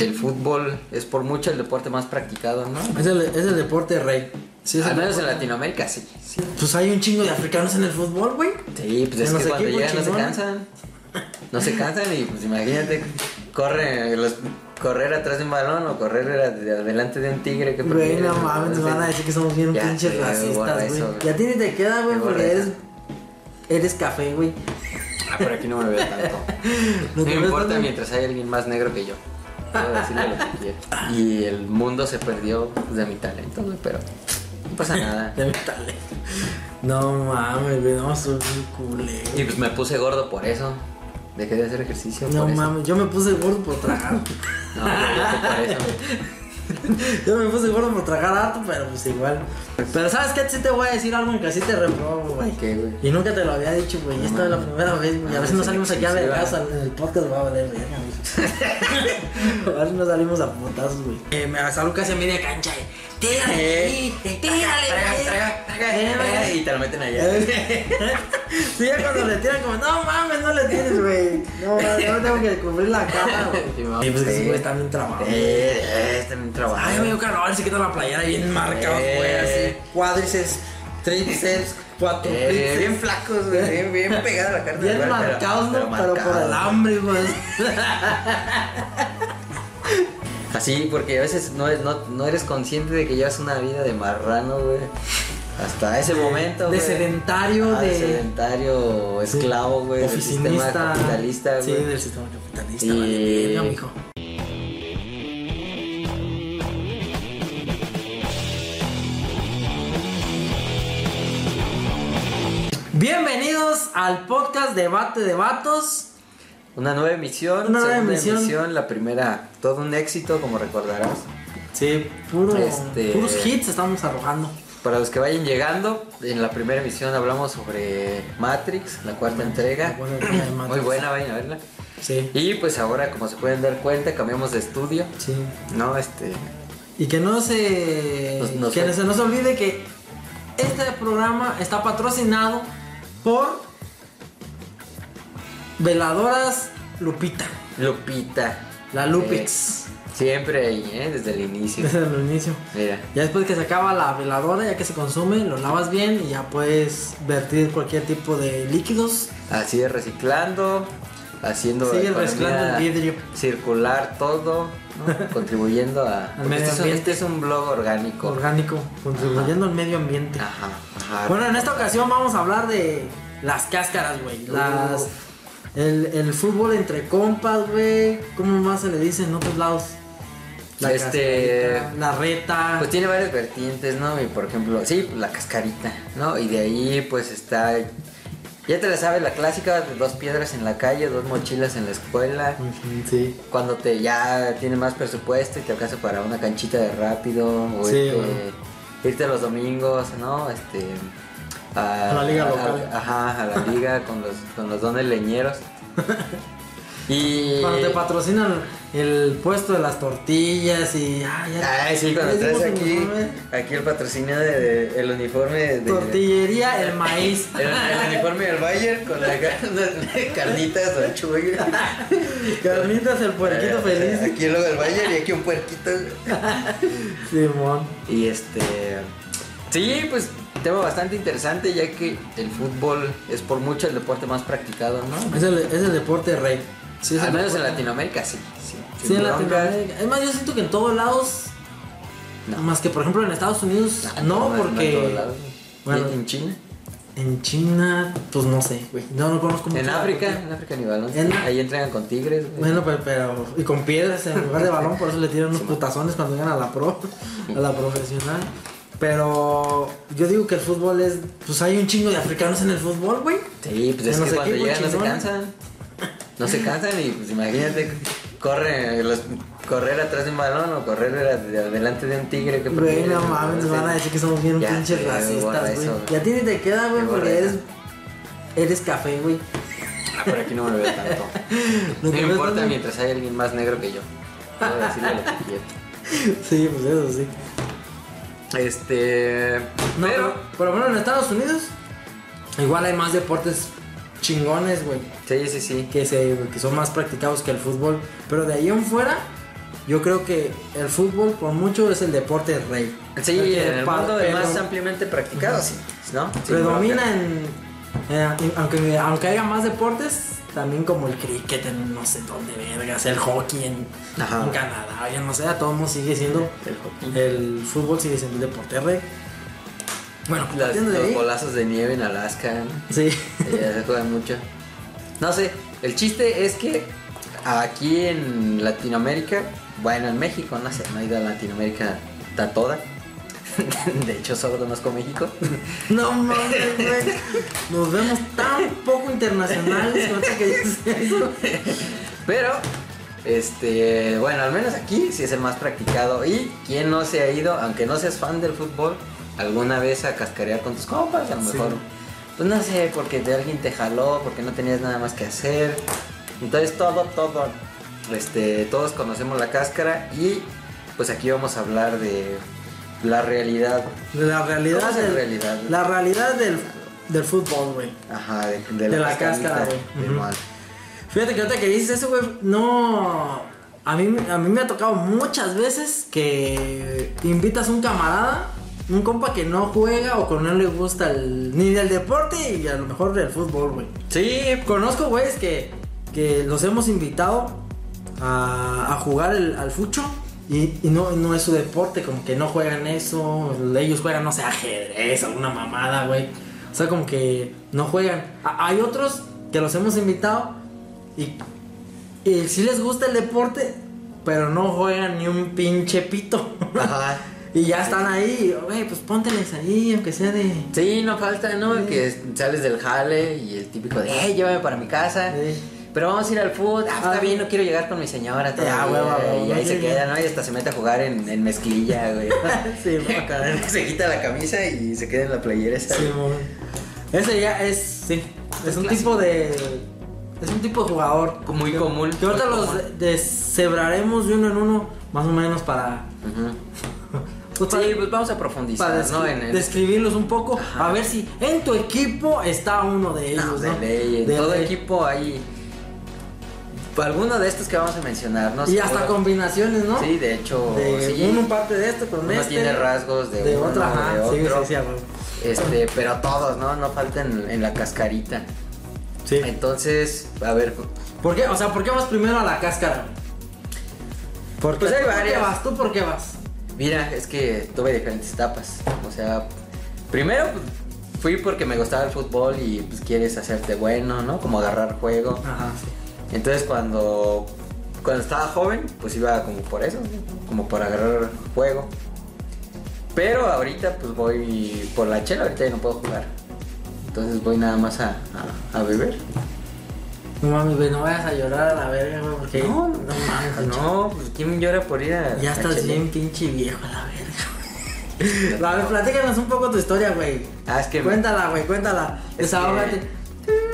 El fútbol es por mucho el deporte más practicado, ¿no? Es el, es el deporte rey. Sí, es Al el- menos en Latinoamérica, sí. Sí, Pues hay un chingo de africanos en el fútbol, güey. pues es En los que cuando equipos llegan no se chingones. cansan. No se cansan y pues imagínate, corre, los- correr atrás de un balón o correr a- de adelante de un tigre. que Güey, no mames, nos van a decir que somos bien Ya pinches sé, güey, borra racistas, eso, güey. güey. Y a ti ni te queda, güey, Borra porque eso. eres, eres café, güey. Ah, pero aquí no me veo tanto. No, No te me ves importa tanto. mientras hay alguien más negro que yo. Puedo decirle lo que quiera. Y el mundo se perdió de mi talento, güey, pero no pasa nada. De metal. No mames, güey, no, soy un culero. Y pues me puse gordo por eso. Dejé de hacer ejercicio. No por eso. mames, yo me puse gordo por tragar. No, no, yo por eso. Yo me puse gordo por tragar harto, pero pues igual. Pero ¿sabes qué? Sí te voy a decir algo en que sí te reprobo, güey. ¿Qué, güey? Y nunca te lo había dicho, güey. y Esta es la primera vez, güey. A Ah, ver si no sí, salimos aquí a exclusiva. vergas al- en el podcast, va a valer verga, güey. A ver si no salimos a putazos, güey. Eh, me salgo casi a media cancha, eh. Tírale, Eh, tírale, traga, güey. traga, traga, Eh, traga, güey. Y te lo meten allá. Eh, Sí, ya cuando le tiran como, no mames, no le tienes, güey. No, no tengo que cubrir la cara, güey. Sí, Y pues que sí. sí, güey, también trabajo. Eh, este es un trabajo. Ay, me dio calor, se quita la playera bien marcada, Eh. güey, así. Cuádriceps, tríceps, Eh, cuádriceps. bien flacos, güey. Bien, bien pegada la carne. Bien marcados, ¿no? Pero por el hambre, güey. Así, porque a veces no, es- no, no eres consciente de que llevas una vida de marrano, güey. Hasta ese momento, De güey. sedentario, Ah, de de. sedentario, esclavo, güey. Del sistema Oficinista. capitalista, Sí, güey. del sistema capitalista, Y- vale, verga, mijo. Bienvenidos al podcast Debate de Vatos. Una nueva emisión, Una nueva segunda emisión. emisión, la primera, todo un éxito, como recordarás. Sí, puro, Este- puros hits estamos arrojando. Para los que vayan llegando, en la primera emisión hablamos sobre Matrix, la cuarta entrega. Bueno, el tema de Matrix. Muy buena, vayan a verla. Sí, Y pues ahora, como se pueden dar cuenta, cambiamos de estudio. sí. No, este. Y que no se. Nos- nos que fue- se nos olvide que este programa está patrocinado por Veladoras Lupita. Lupita. La Lupix. Eh, siempre ahí, ¿eh? Desde el inicio. Desde el inicio. Mira. Ya después que se acaba la veladora, ya que se consume, lo lavas bien y ya puedes vertir cualquier tipo de líquidos. Así es, reciclando, haciendo. Sigue economía reciclando el vidrio. Circular todo, ¿no? contribuyendo a. porque este medio es un- Este ambiente. es un blog orgánico. Orgánico, contribuyendo al medio ambiente. Ajá, ajá. Bueno, en esta ocasión vamos a hablar de las cáscaras, güey. Las. Uh. El, el fútbol entre compas, güey. ¿Cómo más se le dice en otros lados? Este- cascarita, La reta. Pues tiene varias vertientes, ¿no? Y por ejemplo, sí, la cascarita, ¿no? Y de ahí pues está... Ya te la sabes, la clásica de dos piedras en la calle, dos mochilas en la escuela. Ujú, sí. Cuando te ya tiene más presupuesto y te alcanza para una canchita de rápido. O Sí, este, güey. irte los domingos, ¿no? Este... A, A la liga local. ajá, a la liga con los, con los dones leñeros. Y... Cuando te patrocinan el puesto de las tortillas y. Ah, ya. Ay, sí, cuando ya traes hicimos un aquí, uniforme. aquí el patrocinio del uniforme de... Tortillería, el maíz. El, el uniforme del Bayer con la car- unas carnitas o chuyo. Carnitas, el puerquito feliz. Aquí el logo del Bayer y aquí un puerquito. Simón. Y este. Sí, pues tema bastante interesante ya que el fútbol es por mucho el deporte más practicado, ¿no? Es el, es el deporte rey. Sí, es el Al menos en deporte- Latinoamérica, sí. Sí, Sí, Sin en broncas. Latinoamérica. Es más, yo siento que en todos lados. No. Ah, Más que por ejemplo en Estados Unidos. no, en todos porque. lados. bueno, ¿Y en China? en China, pues no sé, güey. No, no conozco mucho. En la África, cultura. en África ni balón. En- Ahí entrenan con tigres. güey. Bueno, pero, pero- Y con piedras en lugar de balón, por eso le tiran unos putazones cuando llegan a la pro. A la profesional. Pero yo digo que el fútbol es. Pues hay un chingo de africanos en el fútbol, güey. Sí, pues es En que los cuando equipos llegan no se chingones. cansan. No se cansan y pues imagínate, corre, los- correr atrás de un balón o correr a- de- adelante de un tigre que Güey, no mames, van a decir que somos bien Ya pinches sé, borra racistas, güey. eso. Y a ti ni te queda, güey, Qué porque borrega. eres. Eres café, güey. Ah, pero aquí no me veo tanto. Lo No que me ves importa es- mientras hay alguien más negro que yo. Puedo decirle lo que quiera. Sí, pues eso sí. Este. No, pero, pero. por lo menos en Estados Unidos, igual hay más deportes chingones, güey, Sí, sí, sí. que, se, que son más practicados que el fútbol. Pero de ahí en fuera, Yo creo que el fútbol, por mucho, es el deporte rey. Sí, El que en el pa- mundo el pero- más ampliamente practicado, sí, ¿no? Sí, predomina en, eh, en- aunque, aunque haya más deportes, también como el cricket en no sé dónde vergas, el hockey en, Ajá. en Canadá, ya no sé, a todo mundo sigue siendo El hockey. el fútbol sigue siendo el deporte rey. Bueno, Las- partiendo de los ahí, golazos de nieve en Alaska, ¿no? sí. ya se juegan mucho. No sé, el chiste es que aquí en Latinoamérica, bueno, en México, no sé, no he ido a Latinoamérica ta toda. De hecho, solo conozco México. No mames, güey. Nos vemos tan poco internacionales ahorita que dices eso. Pero, este, bueno, al menos aquí sí es el más practicado. Y quien no se ha ido, aunque no seas fan del fútbol, alguna vez a cascarear con tus compas, a lo Sí. mejor. Pues no sé, porque de alguien te jaló, porque no tenías nada más que hacer. Entonces todo, todo, este, todos conocemos la cáscara y pues aquí vamos a hablar de la realidad. De la ¿Cómo realidad es la del- realidad? La realidad del, del fútbol, güey. Ajá, de, De la cáscara, cascarita güey. del Ujú. mal. Fíjate que ahorita que dices eso, güey, no. A mí, a mí me ha tocado muchas veces que invitas a un camarada, un compa que no juega o que no le gusta el, ni del deporte y a lo mejor del fútbol, güey. Sí, Conozco güeyes que, que los hemos invitado a, a jugar el- al fucho y, y no, no es su deporte, como que no juegan eso, ellos juegan, no sé, ajedrez, alguna mamada, güey. O sea, como que no juegan. A- hay otros que los hemos invitado y, y sí les gusta el deporte, pero no juegan ni un pinche pito. Ajá. y ya están ahí, güey, pues pónteles ahí, aunque sea de... Sí, no falta, ¿no? Que sales del jale y el típico de, hey, llévame para mi casa. Sí. Pero vamos a ir al fútbol. Ah, está Ah, bien, no quiero llegar con mi señora todavía. Ah, huevo, huevo, y ahí no se llegué. queda, ¿no? Y hasta se mete a jugar en, en mezclilla, güey. Sí, güey. se quita la camisa y se queda en la playera esa. Sí, mon. Ese ya es, sí, es un clásico. tipo de, es un tipo de jugador Muy Que- común, Que ahorita muy los común. de- deshebraremos de uno en uno, más o menos para, Ujú. pues, para- Sí, pues vamos a profundizar, para ¿no? descri- En el- describirlos un poco, a ver si en tu equipo está uno de ellos, No, ¿no? de ley, en De todo ley. equipo hay. Alguno de estos que vamos a mencionar, ¿no? y hasta Seguro- combinaciones, ¿no? Sí, de hecho. De sí. uno parte de este con Uno este. tiene rasgos de uno, otra, de ajá, sí, otro. sí, sí, a huevo. Este, pero todos, ¿no? No faltan en la cascarita. Sí. Entonces, a ver. pues, ¿Por qué? O sea, ¿por qué vas primero a la cáscara? Porque Pues hay ¿tú por qué varias. vas? ¿Tú por qué vas? Mira, es que tuve diferentes etapas. O sea, primero pues, fui porque me gustaba el fútbol y pues quieres hacerte bueno, ¿no? Como agarrar juego. Ajá, sí. Entonces cuando cuando estaba joven, pues iba como por eso, ¿no? como por agarrar juego. Pero ahorita pues voy por la chela, ahorita ya no puedo jugar. Entonces voy nada más a, a- a beber. No mames, güey, no vayas a llorar a la verga, güey, porque. No, no mames, no, pues quién llora por ir a Ya a estás chela? bien pinche viejo a la verga. A ver, platícanos un poco tu historia, güey. Ah, es que me- Cuéntala, güey, cuéntala. Es Desahógate.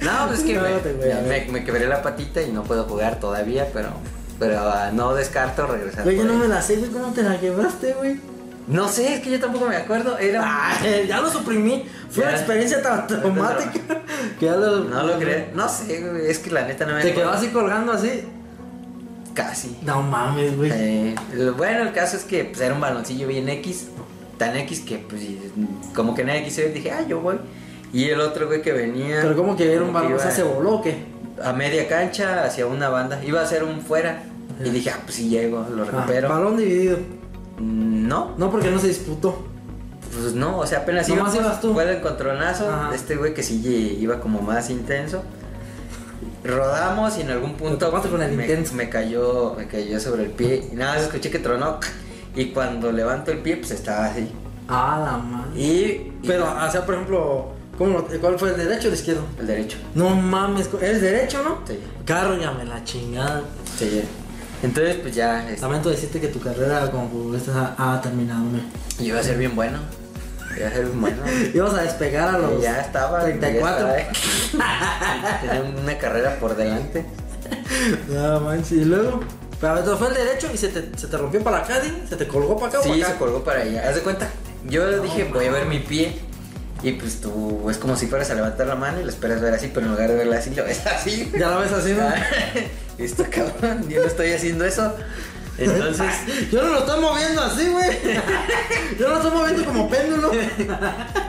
No, pues es que No, me, te voy a me- me quebré la patita y no puedo jugar todavía, pero, pero ah, no descarto regresar. Güey, yo por no ahí. me la sé, güey, ¿cómo te la quebraste, güey? No sé, es que yo tampoco me acuerdo. Era. Ay, ya lo suprimí. Fue Ya. una experiencia tan traumática que ya lo. No lo crees. No sé, güey, es que la neta no me Te acuerdo. quedó así colgando así. Casi. No mames, güey. Eh, lo- bueno, el caso es que pues, era un baloncillo bien X, tan X que pues y- como que nadie quiso ir, dije, ah, yo voy. Y el otro güey que venía. Pero como que era un como balón, o sea, iba- se voló o qué. a media cancha hacia una banda. Iba a ser un fuera. Y dije, ah, pues si llego, lo Ah, recupero. balón dividido. no, No, porque no se disputó. pues no, o sea, apenas Nomás íbamos, ibas tú. Fue el encontronazo. Ajá. Este güey que sí lle- iba como más intenso. Rodamos y en algún punto topaste con el me, intenso. me cayó me cayó sobre el pie. Y nada más escuché que tronó. Y cuando levanto el pie, pues estaba así. Ah, la madre. Y. y- Pero, o sea, por ejemplo, ¿cómo lo- ¿cuál fue el derecho o el izquierdo? El derecho. No mames, co- ¿eres derecho, no? Sí. Cárgame la chingada. Sí. Entonces, pues ya. este, Lamento decirte que tu carrera como futbolista ha, ha terminado, güey. iba a ser bien bueno. Iba a ser bien bueno. Ibas a despegar a los Y ya estaba. 34. ya estaba. eh. Tenía una carrera por delante. No manches, y luego. Pero entonces fue el derecho y se te, se te rompió para acá, ¿sí? se te colgó para acá o Sí, para se acá. colgó para allá. Haz de cuenta, yo le dije, voy a ver mi pie. Y pues tú, es como si fueras a levantar la mano y la esperas ver así, pero en lugar de verla así, lo ves así. Ya la ves así, ¿no? Listo, cabrón. Yo no estoy haciendo eso. Entonces, Yo no lo estoy moviendo así, güey. Yo lo estoy moviendo como péndulo.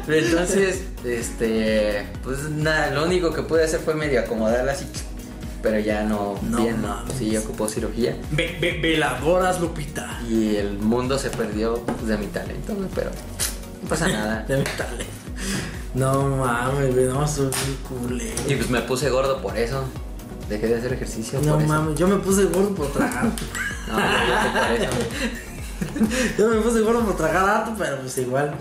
entonces, este, pues nada, lo único que pude hacer fue medio acomodarla así, pero ya no, No bien, mames. sí, ocupó cirugía Ve- ve- veladoras, Lupita. y el mundo se perdió de mi talento, güey, pero no pasa nada. De metales. No mames, güey. No, soy un culero. Y pues me puse gordo por eso. Dejé de hacer ejercicio No por eso. mames, yo me puse gordo por tragar. No, yo dije por eso. Yo me puse gordo por tragar harto, pero pues igual.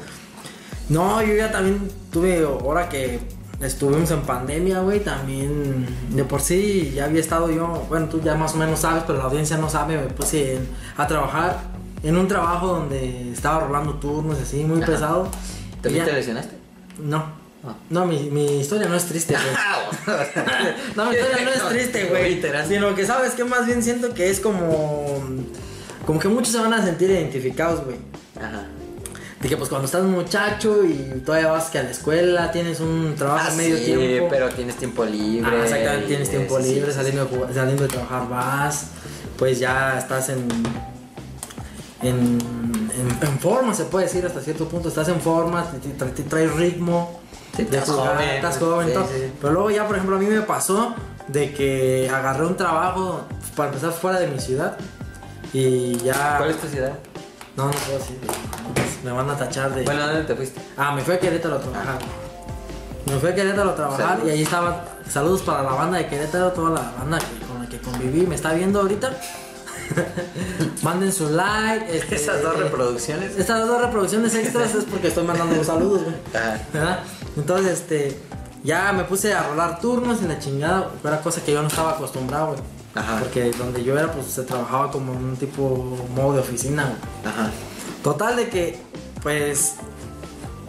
No, yo ya también tuve, ahora que estuvimos en pandemia, güey, también de por sí ya había estado yo, bueno, tú ya más o menos sabes, pero la audiencia no sabe, me puse en- a trabajar en un trabajo donde estaba rolando turnos así, muy Ajá. pesado. Y ¿También ya- te lesionaste? No, Ah. no, mi, mi historia no es triste, güey. No, mi historia no es triste, güey. Literal. Sino que sabes que más bien siento que es como. Como que muchos se van a sentir identificados, güey. Ajá. De que pues cuando estás muchacho y todavía vas que a la escuela, tienes un trabajo Ah, a medio sí, tiempo. pero tienes tiempo libre. Ah, exactamente, tienes y tiempo es- sí. libre, saliendo, de jugar- saliendo de trabajar vas, pues ya estás en, en, en, en forma, se puede decir hasta cierto punto, estás en forma, te, te- te traes ritmo, Sí, de estás jugar, joven, estás joven, sí, todo. sí. pero luego ya por ejemplo a mí me pasó de que agarré un trabajo para empezar fuera de mi ciudad y ya... ¿Cuál es tu ciudad? No, no puedo decir, me van a tachar de... Bueno, ¿a ¿dónde te fuiste? Ah, me fui a Querétaro a trabajar. Me fui a Querétaro a trabajar Saludos. y ahí estaba. Saludos para la banda de Querétaro, toda la banda que- con la que conviví. Me está viendo ahorita. Manden su like. este, Esas dos reproducciones. Estas dos reproducciones extras es porque estoy mandando los saludos, güey. Ajá. ¿Verdad? Entonces, este. Ya me puse a rolar turnos en la chingada. Era cosa que yo no estaba acostumbrado, güey. Ajá. Porque donde yo era, pues se trabajaba como en un tipo modo de oficina, güey. Ajá. Total de que, pues,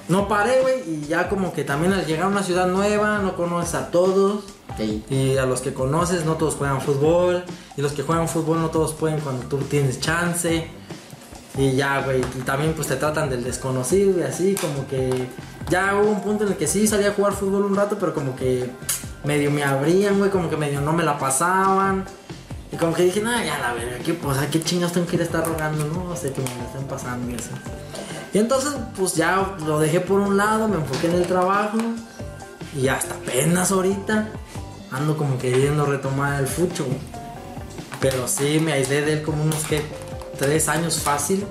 no paré, güey, y ya como que también al llegar a una ciudad nueva, no conoces a todos, Sí. y a los que conoces no todos juegan fútbol, y los que juegan fútbol no todos pueden cuando tú tienes chance, y ya, güey, y también pues te tratan del desconocido y así, como que ya hubo un punto en el que sí salía a jugar fútbol un rato, pero como que medio me abrían, güey, como que medio no me la pasaban. Y como que dije, no, ya la verga, ¿qué, pues, ¿a qué chingados tengo que ir a estar rogando? No sé que me la están pasando y así. Y entonces, pues ya lo dejé por un lado, me enfoqué en el trabajo. Y hasta apenas ahorita ando como queriendo retomar el fucho, güey. Pero sí, me aislé de él como unos que tres años fácil,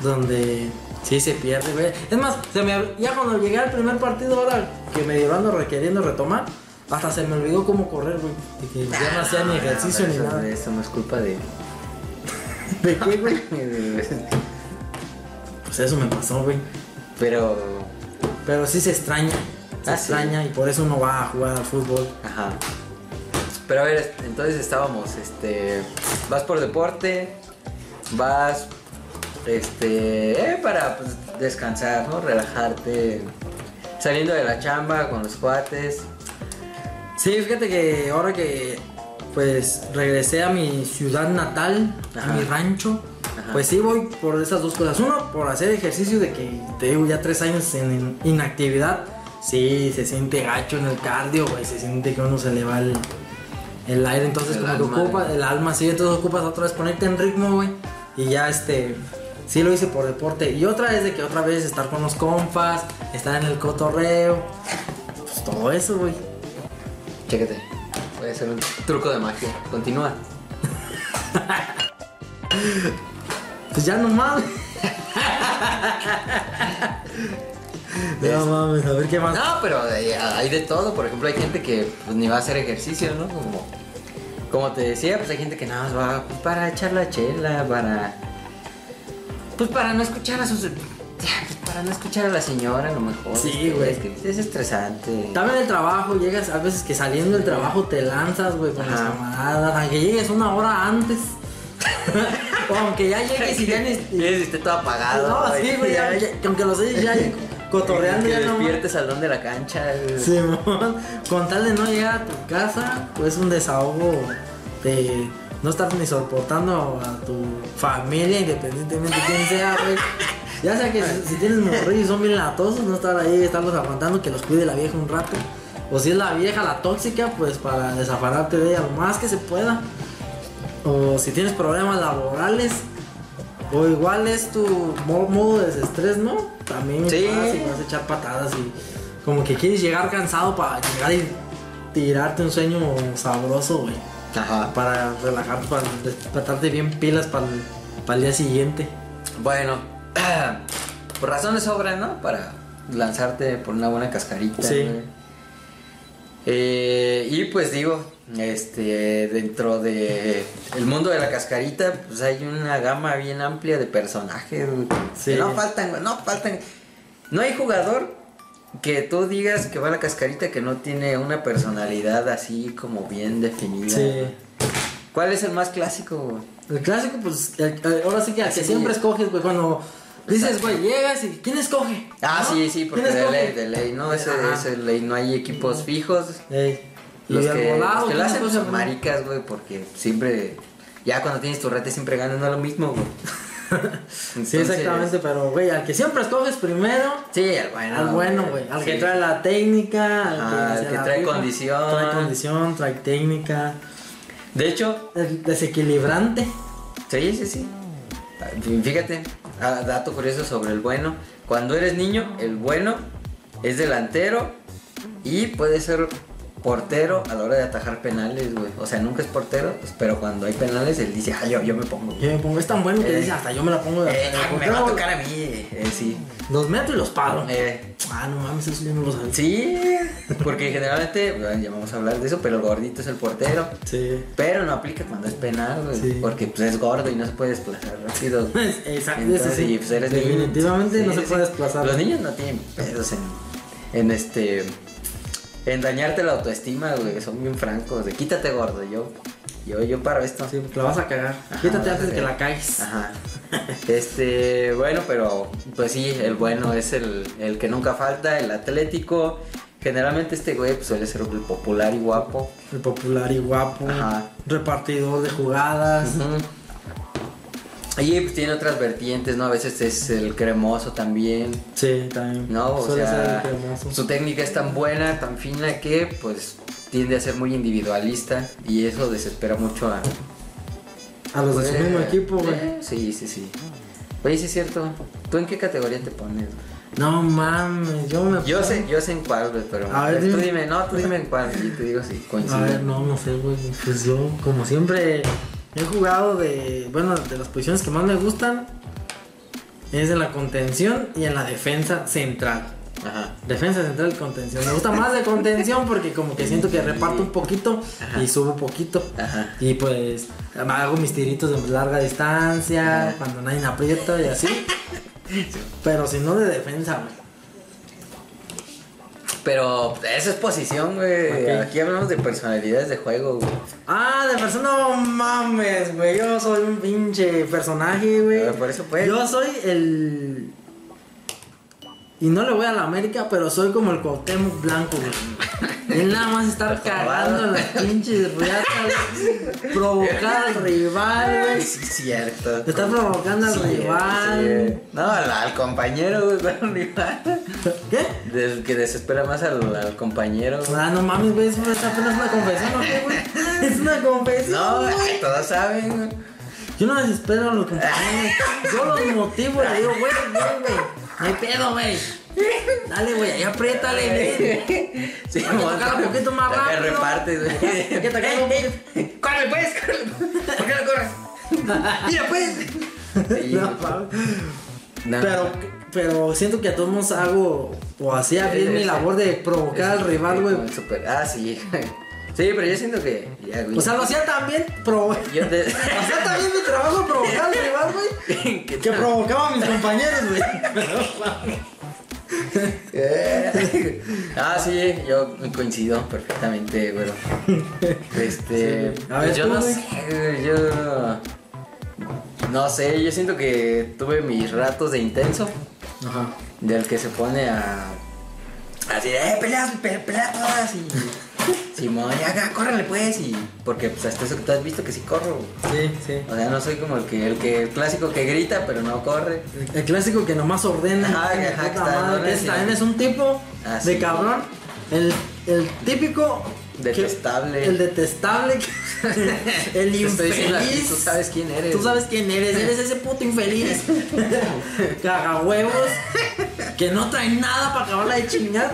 donde sí se pierde, güey. Es más, se me, ab- ya cuando llegué al primer partido, ahora que me llevando requiriendo retomar, hasta se me olvidó cómo correr, güey. De que ya no hacía ni ejercicio Ah, ni eso- nada. Eso no es culpa de. ¿De qué, güey? de- Pues eso me pasó, güey. Pero. Pero sí se extraña. Se Ah, sí. extraña y por eso uno va a jugar al fútbol. Ajá. Pero a ver, est- entonces estábamos, este. Vas por deporte, vas. Este. eh, para pues, descansar, ¿no? Relajarte. Saliendo de la chamba con los cuates. Sí, fíjate que ahora que pues regresé a mi ciudad natal, Ajá. a mi rancho, Ajá. pues sí voy por esas dos cosas. Uno, por hacer ejercicio de que te digo ya tres años en in- inactividad. Sí, se siente gacho en el cardio, güey, se siente que uno se le va el, el aire, entonces El como alma, que ocupa güey. el alma, sí, entonces ocupas otra vez ponerte en ritmo, güey. Y ya este, sí lo hice por deporte. Y otra es de que otra vez estar con los compas, estar en el cotorreo, pues todo eso, güey. Chécate. Voy a hacer un truco de magia. Continúa. Pues ya no mames. No mames, a ver qué más. No, pero hay, hay de todo. Por ejemplo, hay gente que pues, ni va a hacer ejercicio, ¿no? Como, como te decía, pues hay gente que nada más va pues, para echar la chela, para. Pues para no escuchar a sus. pues, Para no escuchar a la señora, a lo mejor. Sí, este, güey. Es, que es estresante. También el trabajo, llegas a veces que saliendo del trabajo te lanzas, güey, con las Ajá. camaradas, aunque llegues una hora antes. o aunque ya llegues y ya ni. Llegues y esté todo apagado. Ah, No, güey. sí, güey, ya- ya- que aunque los hayas ya cotorreando, Que ya no mames. despiertes al don de la cancha. güey. Simón, con tal de no llegar a tu casa, pues un desahogo de no estar ni soportando a tu familia, independientemente de quién sea, güey. Ya sea que si, si tienes morrillos y son bien latosos, no estar ahí, estarlos aguantando, que los cuide la vieja un rato. O si es la vieja la tóxica, pues para desafararte de ella lo más que se pueda. o si tienes problemas laborales, o igual es tu mo- modo de desestrés, ¿no? También Sí. vas y vas a echar patadas y como que quieres llegar cansado para llegar y tirarte un sueño sabroso, güey. Ajá. Para relajarte, para despertarte bien pilas para el, para el día siguiente. Bueno, por razones sobran, ¿no? Para lanzarte por una buena cascarita. Sí. güey. Eh, y pues digo, este, dentro de el mundo de la cascarita, pues hay una gama bien amplia de personajes. güey, que Sí. No faltan, güey, no faltan. No hay jugador que tú digas que va a la cascarita que no tiene una personalidad así como bien definida. ¿Cuál es el más clásico? güey? El clásico, pues, el- el- ahora sí que al que Sí. siempre escoges, güey, cuando dices, güey, llegas y ¿quién escoge? Ah, ¿No? sí, sí, porque ¿Quién de escoge? ley, de ley, no, ese, Ajá. ese ley, no hay equipos fijos. Ey. Y Los al que, los volado, que lo ¿quién hacen pues, escoge? son maricas, güey, porque siempre, ya cuando tienes tu rete siempre ganas, no es lo mismo, güey. Sí, Entonces, exactamente, pero, güey, al que siempre escoges primero, Sí, al bueno. al bueno, güey, al que Ah, sí. trae la técnica, al Ajá, al se que la trae rifa, condición. Trae condición, trae técnica, De hecho, el desequilibrante. sí, sí, sí. Ah, Fíjate, ah, dato curioso sobre el bueno. Cuando eres niño, el bueno es delantero y puede ser portero a la hora de atajar penales, güey. O sea, nunca es portero, pues, pero cuando hay penales, él dice, ah, yo, yo me pongo. Yo me pongo, es tan bueno que Eh. dice, hasta yo me la pongo de Eh, de- me va a tocar a mí, eh, sí. Los meto y los paro. Eh, Ah, no mames, eso yo no lo sabía. sí, porque generalmente, bueno, ya vamos a hablar de eso, pero el gordito es el portero. Sí. Pero no aplica cuando es penal, güey, Sí. porque pues, es gordo y no se puede desplazar rápido. Exacto, Entonces, sí, sí. y, pues, eres niño. Definitivamente Sí, no se sí, puede sí. desplazar. Los niños no tienen pedos en, en este. En dañarte la autoestima, güey, son bien francos, de quítate gordo, yo, yo, yo paro esto. Sí, porque la vas a cagar. Ajá, Ah. Quítate la antes de que cagué. la cagues. Ajá. Este, bueno, pero pues sí, el bueno es el, el que nunca falta, el atlético. Generalmente este güey pues, suele ser el popular y guapo. El popular y guapo. Ajá. Repartidor de jugadas. Ujú. Y pues tiene otras vertientes, ¿no? A veces es el cremoso también. Sí, también. No, o Suele sea, ser hermoso. su técnica es tan buena, tan fina que pues tiende a ser muy individualista y eso desespera mucho a, A los de su Eh, Pues, mismo equipo, güey. eh, Sí, sí, sí. Oye, sí es cierto. ¿Tú en qué categoría te pones? No mames, yo me. Yo sé, yo sé en cuál, güey, pero A ver, tú dime. dime, no, tú dime en cuál y te digo si A ver, coincide. no, no sé, güey. Pues yo, como siempre, he jugado de. Bueno, de las posiciones que más me gustan. Es en la contención y en la defensa central. Ajá. Defensa central, contención. Me gusta más de contención porque como que siento que reparto un poquito Ajá. y subo poquito. Ajá. Y pues hago mis tiritos de larga distancia, Ajá. cuando nadie me aprieta y así. Pero si no de defensa, güey. Pero esa es posición, güey. Ok. Aquí hablamos de personalidades de juego, güey. Ah, de persona, no mames, güey. Yo soy un pinche personaje, güey. Ah, por eso, pues. Yo soy el... Y no le voy a la América, pero soy como el Cuauhtémoc Blanco, güey. Él nada más estar cagando en las pinches riatas, provocar al rival, güey. Sí, cierto. Te está provocando al rival. sí. No, al, al compañero, güey, no al rival. ¿Qué? Del que desespera más al, al compañero, güey. Ah, no mames, güey, eso es apenas una confesión, ¿o qué, güey? Es una confesión. No, ay, todos saben, güey. Yo no desespero a los compañeros. Yo los motivo, le digo, güey, güey, güey. No hay pedo, güey. Dale, güey, ahí apriétale, bien. Sí, Hay que como- tocar un poquito más Acá rápido. repartes, güey. Hay que tocar un Ey, ¡Corre, pues! corre. ¿Por qué no corres? ¡Mira, pues! Sí, No, güey. pa- No, pero, pero siento que a todos nos hago o hacía bien mi Ese- labor de provocar al ese- rival, güey. el super- Ah, sí. Sí, pero yo siento que. Ya, güey. O sea, lo hacía también, pro... o yo te- sea, también mi trabajo provocar al rival, güey. ¿Qué Que tal? provocaba a mis compañeros, güey. Eh. ah, sí, yo coincido perfectamente, güey. Este. Sí, güey. A ver, pues yo tú, no güey. sé, güey, yo. No sé, yo siento que tuve mis ratos de intenso. Ajá. Del que se pone a. Así de, eh, peleas, pe- pelea todas y. Simón, ya, ya, córrele pues y. Porque pues hasta eso que tú has visto que sí corro. güey. Sí, sí. O sea, no soy como el que, el que el clásico que grita pero no corre. El clásico que nomás ordena. Ajá, hijo de ajá, que puta está madre, en orden, ese Ah, sí. también es un tipo Ah, sí. de cabrón. El, el típico Detestable. El detestable. el Te estoy diciendo a ti, infeliz. Tú sabes quién eres. Tú sabes quién eres, eres ese puto infeliz. Cagahuevos. Que no trae nada para acabarla de chingar.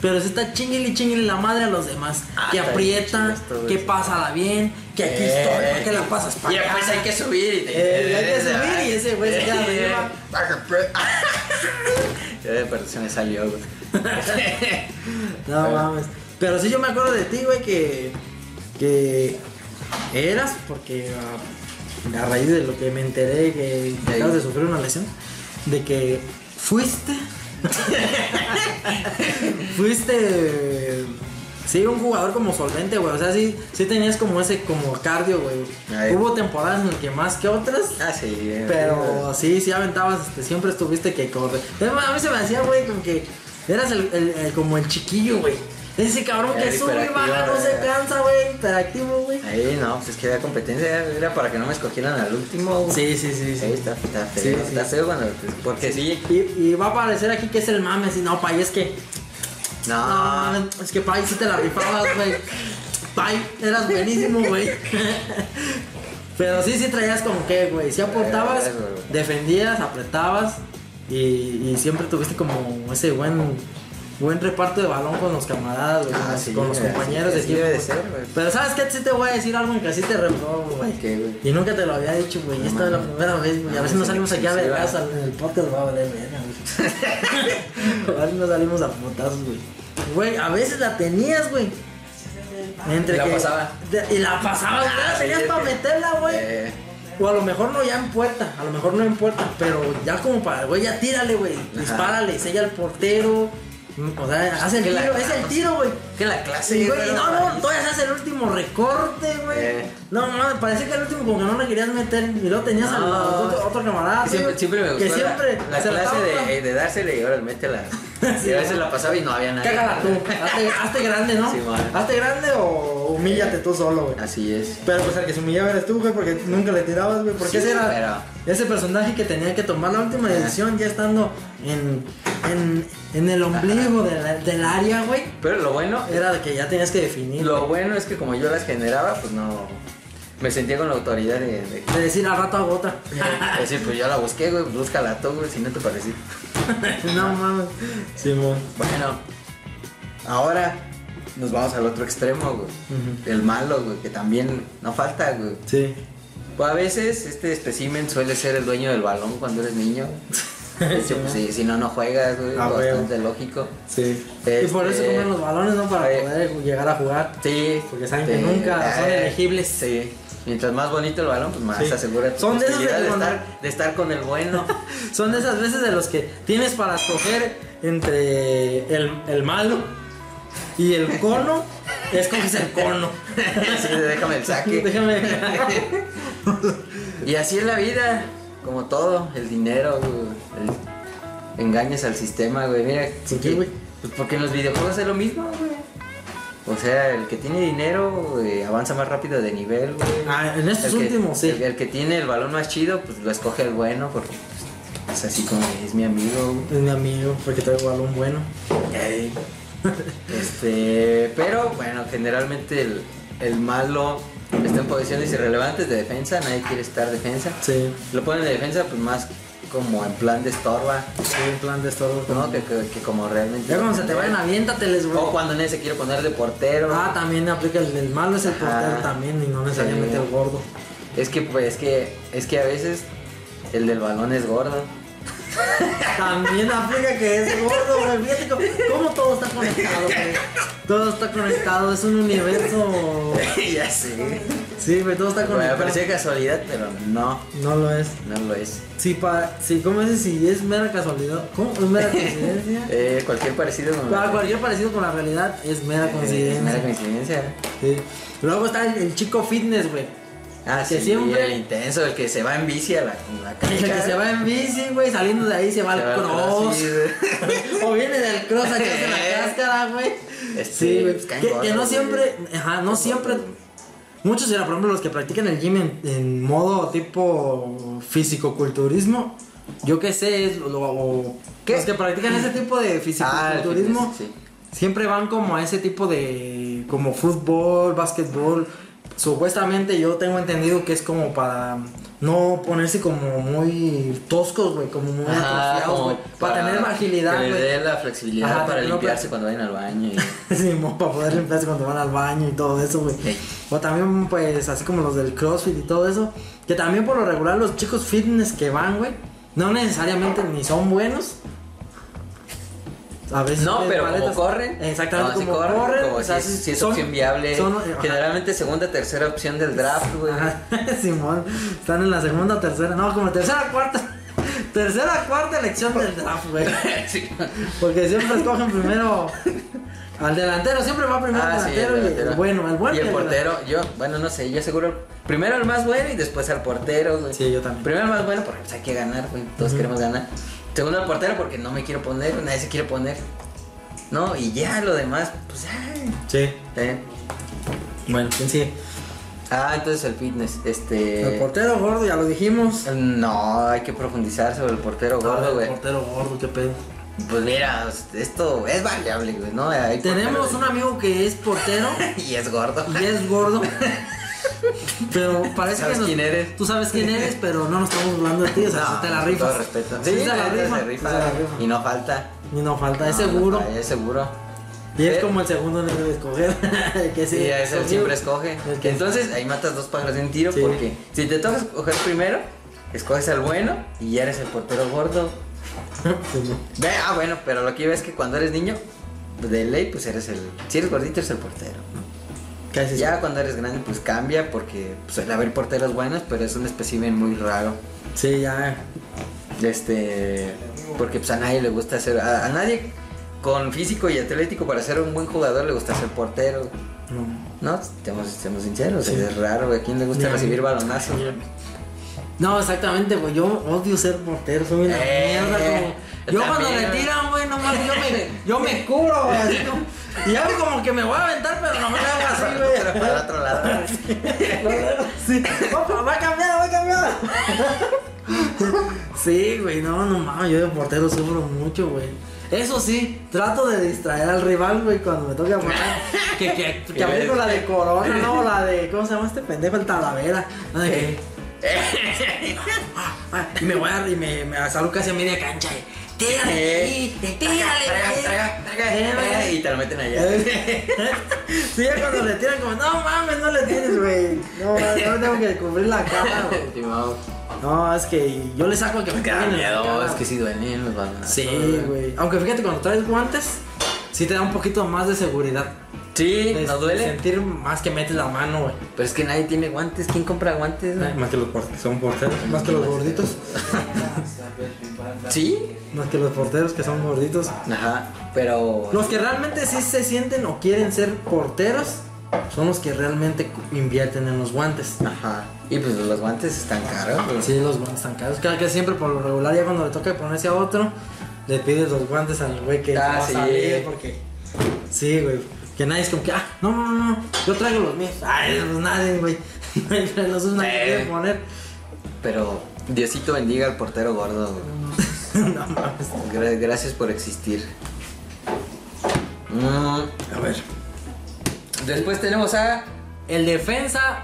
Pero se está chinguele y chinguele la madre a los demás. Ah, que está bien aprieta, chido esto, que güey. pásala bien, que aquí Eh, estoy, eh. ¿para qué la pasas para Y después pues, hay que subir y te. Eh, hay que subir y ese güey se queda arriba. Baja, pre- Ya de perdición me salió, güey. No mames. Pero sí yo me acuerdo de ti, güey, que. que eras, porque ah, a, raíz de lo que me enteré que Sí. acabas de sufrir una lesión, de que fuiste. fuiste. eh, Sí, un jugador como solvente, güey. O sea, sí, sí tenías como ese como cardio, güey. Ahí. Hubo temporadas en las que más que otras. Ah, sí. eh, Pero sí, sí aventabas, este, siempre estuviste que corre. Es más, A mí se me hacía, güey, con que eras el, el- el- como el chiquillo, güey. Ese cabrón que Era sube y baja, hiperactivo, no se eh. cansa, güey, hiperactivo, güey. Ahí no, pues es que había competencia, era para que no me escogieran al último. güey. Sí, sí, sí, Ahí sí. está, está Sí, feo, sí. está feo cuando- pues, porque sí. Y, y va a aparecer aquí que es el mame, si no, pay, es que. No, No, mames, es que pay, sí te la rifabas, güey. Pay, eras buenísimo, güey. Pero sí, sí traías con qué, güey. Sí aportabas, Eso, güey. defendías, apretabas y, y siempre tuviste como ese buen buen reparto de balón con los camaradas, güey, Ah, con los- sí, con los güey, así- compañeros de así equipo. debe de güey. ser, güey. Pero ¿sabes qué? Sí te voy a decir algo que así te reprobó, güey. ¿Qué, güey? Y nunca te lo había dicho, güey. y No Esta es la mames. primera vez, güey. A No, ver si no sí, salimos aquí a sí, ver va. en el podcast, va a valer verga, güey. A ver si no salimos a putazos, güey. Güey, a veces la tenías, güey. Entre Y la que- pasaba. de- y la pasabas, güey. La sí, tenías es para que- meterla, güey. Eh, O a lo mejor no ya en puerta, a lo mejor no en puerta, pero ya como para, güey, ya tírale, güey. Dispárale, sella al portero. Mm, O sea, haz el que tiro, la- es el tiro, güey. que la clase. Sí, güey, güey, no, para no, mí- todavía se hace el último recorte, güey. Eh. No, mames, parecía que el último como que no le querías meter y luego tenías al No. otro, otro camarada. Que Siempre, güey, siempre me gustó Ah, Que siempre la, se la clase estaba- de, eh, de dársela y ahora métela. y Sí, a ajá. veces la pasaba y no había nadie. Cágala tú, hazte, hazte grande, ¿no? Sí, man. hazte grande o humíllate tú solo, güey. Así es. Pero pues el que se humillaba eres tú, güey, porque nunca le tirabas, güey. Porque Sí, Ah. ese era ese personaje que tenía que tomar la última Ajá. decisión ya estando en, en, en el ombligo de la- del área, güey. Pero lo bueno, Era de que ya tenías que definir. lo bueno es que como yo las generaba, pues no. Me sentía con la autoridad de. de- De decir al rato a otra. Es decir, pues yo la busqué, güey, búscala tú, güey, si no te pareció. no mames. Simón. Bueno, ahora nos vamos al otro extremo, güey. Ujú. El malo, güey, que también no falta, güey. Sí. Pues a veces este especimen suele ser el dueño del balón cuando eres niño. De hecho, pues, sí, si no, no juegas, güey, Ah, güey. bastante lógico. Sí. Y Este- eh, por eso comen los balones, ¿no? Para Oye. poder llegar a jugar. Sí. Porque saben que sí, nunca son eh, elegibles. Sí. Mientras más bonito el balón, pues más Sí. se asegura tu Son de esos posibilidad de de, cuando- estar, de estar con el bueno. Son de esas veces de los que tienes para escoger entre el, el malo y el cono. Escoges el cono. sí, déjame el saque. Déjame. Y así es la vida, como todo, el dinero, güey, el- engaños al sistema, güey. Mira, ¿Por que- qué, güey? Pues porque en los videojuegos es lo mismo, güey. O sea, el que tiene dinero güey, avanza más rápido de nivel, güey. Ah, en El estos que- últimos, sí. El, el que tiene el balón más chido, pues lo escoge el bueno, porque pues, es así como es mi amigo, güey. Es mi amigo, porque trae un balón bueno. Este, pero bueno, generalmente el, el malo está en posiciones irrelevantes de defensa, nadie quiere estar defensa. Sí. Lo ponen de defensa, pues más como en plan de estorba, Sí, en plan de estorbo. ¿no? Oh. Que, que- que como realmente. Ya cuando se te vayan, aviéntateles, güey. O cuando nadie se quiere poner de portero. Ah, también aplica el, el malo es el Ajá. portero también y no necesariamente Ah. Sí. el gordo. Es que, pues, es que, es que a veces el del balón es gordo. También aplica que es gordo, güey. Fíjate cómo, cómo todo está conectado, güey. Todo está conectado, es un universo. ya sé. Sí, güey, todo está Bueno, conectado. parecía casualidad, pero no, No lo es. no lo es. Si pa, si, ¿cómo dices? Si es mera casualidad. ¿Cómo? ¿Es mera coincidencia? Eh, cualquier parecido con Para cualquier parecido con la realidad es mera Eh, es mera coincidencia. coincidencia. Sí. Luego está el, el chico fitness, güey. Ah, Que sí, siempre- el intenso, el que se va en bici a la, a la El cancha. que se va en bici, güey, saliendo de ahí se va Se al va al cross. cross, sí, o viene del cross a echarse Eh. la cáscara, güey. Este, Sí, güey. pues, caen Que, que gordos, no güey. siempre, ajá, no siempre. Muchos eran, por ejemplo, los que practican el gym en, en modo tipo fisicoculturismo. Yo qué sé, es lo, lo- o- ¿Qué? los que practican ese tipo de Ah, el fisicoculturismo fitness, sí. siempre van como a ese tipo de como fútbol, básquetbol. Supuestamente yo tengo entendido que es como para no ponerse como muy toscos, güey, como muy Ajá, atrofiados, como güey, para, tener más agilidad, Que le güey. dé la flexibilidad Ajá, para que no limpiarse cuando vayan al baño. y- Sí, mo, para poder limpiarse cuando van al baño y todo eso, güey. Ey. O también, pues, así como los del CrossFit y todo eso. Que también por lo regular los chicos fitness que van, güey, no necesariamente ni son buenos. A veces No, ves pero como paletas- corren. Exactamente, no, si como corren. como o si, sea, es- si es son- opción viable. son- ajá. Generalmente segunda, tercera opción del draft, güey. Ajá, Simón, están en la segunda, tercera, no, como tercera, cuarta. Tercera, cuarta elección del draft, güey. Sí. Porque siempre escogen primero al delantero, siempre va primero Ah, al sí, el delantero, y delantero. el bueno, el bueno. Y el delantero. portero, yo, bueno, no sé, yo seguro. Primero al más bueno y después al portero, güey. Sí, yo también. Primero al más bueno porque pues, hay que ganar, güey. Todos queremos ganar. Segundo al portero porque no me quiero poner, nadie se quiere poner. No, y ya lo demás, pues ay, Sí, eh. bueno, ¿quién sigue? Ah, entonces el fitness, este. El portero gordo, ya lo dijimos. No, hay que profundizar sobre el portero Ah, gordo, el güey. portero gordo, qué pedo. Pues mira, esto es variable, güey, ¿no? Hay Tenemos porteros- un amigo que es portero Y es gordo. y es gordo. Pero parece ¿Sabes que nos- quién eres? Tú sabes quién eres, pero no nos estamos burlando de ti, o sea, No, sí te la Ah, con rifas. todo respeto. Sí, te la neta, rifa, se sí rifa, te la rifa. Y no falta. Y no falta, es No, no seguro. falta, eh. es seguro. y es Eh, como el segundo negro de escoger. que sí, Sí, es él escogido. siempre escoge. Es que- Entonces ahí matas dos pájaros de un tiro Sí. porque si te toca escoger primero, escoges al bueno y ya eres el portero gordo. Ve, ah, bueno, pero lo que iba es que cuando eres niño, de ley, pues eres el. Si eres gordito, eres el portero. Casi Ya cuando eres grande, pues cambia porque suele haber porteros buenos, pero es un espécimen muy raro. Sí, ya. Este, porque pues a nadie le gusta ser, a, a nadie con físico y atlético para ser un buen jugador le gusta ser portero. No. No, estemos, estemos sinceros, Sí. es raro, güey. ¿a quién le gusta Ni a mí. recibir balonazos? No, exactamente, güey. Yo odio ser portero, soy una Eh, mierda. Como... yo Yo cuando también, me güey. tiran, güey, nomás yo me, yo me cubro, güey. así como- Y hago como que me voy a aventar, pero no me hago Ah, así, güey. Pero para el otro lado. Sí. Opa, va cambiado, va cambiado. Sí, güey, no, no mames, yo de portero sufro mucho, güey. Eso sí, trato de distraer al rival, güey, cuando me toque apagar. Que, que, que aplico la de Corona, no, la de, ¿cómo se llama este pendejo? El Talavera. La de que- Ah, y me voy a, y me, me salgo casi a media cancha, eh. Tírale, Eh, ahí, tírale, traga, güey. traga, traga, Eh, traga, güey. Y te lo meten allá. Eh, Sí, ya cuando le tiran como, no mames, no le tienes, güey. No, no tengo que cubrir la cara, güey. Estimado. No, es que yo le saco el que me Me da cagan en la miedo, cara. es que sí duelen los balonazos. Sí, güey. Aunque fíjate, cuando traes guantes, sí te da un poquito más de seguridad. Sí, De- nos de duele. sentir más que metes la mano, güey. Pero es que nadie tiene guantes. ¿Quién compra guantes? güey? Más que los porteros, son porteros. Más que los gorditos. Sí. Más que los porteros que son gorditos. Ajá. Pero. Los que realmente sí se sienten o quieren ser porteros son los que realmente cu- invierten en los guantes. Ajá. Y pues los guantes están caros. güey. Sí, los guantes tan caros. Cada que siempre por lo regular, ya cuando le toca ponerse a otro, le pides los guantes al güey que Ah, no va sí. a salir porque. Sí, güey. Que nadie es como que, ah, no, no, no, no, yo traigo los míos. Ay, pues nadie, güey. Nadie trae los suyos, nadie Sí. quiere poner. Pero Diosito bendiga al portero gordo. güey. no mames. Gra- gracias por existir. Mm, A ver. Después tenemos a. El defensa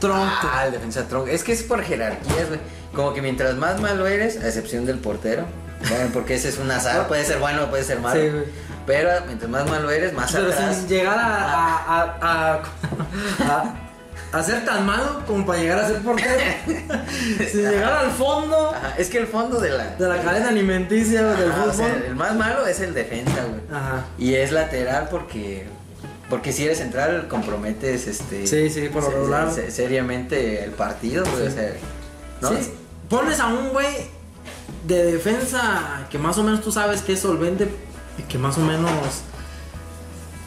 tronco. Ah, el defensa tronco. Es que es por jerarquías, güey. Como que mientras más malo eres, a excepción del portero. Bueno, porque ese es un azar. Puede ser bueno, puede ser malo. Sí, güey. Pero mientras más malo eres, más Pero atrás. sin llegar a a, Ah. a, a, a- a ser tan malo como para llegar a ser portero. sin llegar al fondo Ajá, Es que el fondo de la. de la cadena alimenticia güey, del Ajá, fútbol. Ah, o sea, el más malo es el defensa, güey. Ajá. Y es lateral porque. Porque si eres central, comprometes este. Sí, sí, por lo se- regular. se- seriamente el partido, güey. O sea. ¿no? Sí, pones a un güey de defensa que más o menos tú sabes que es solvente y que más o menos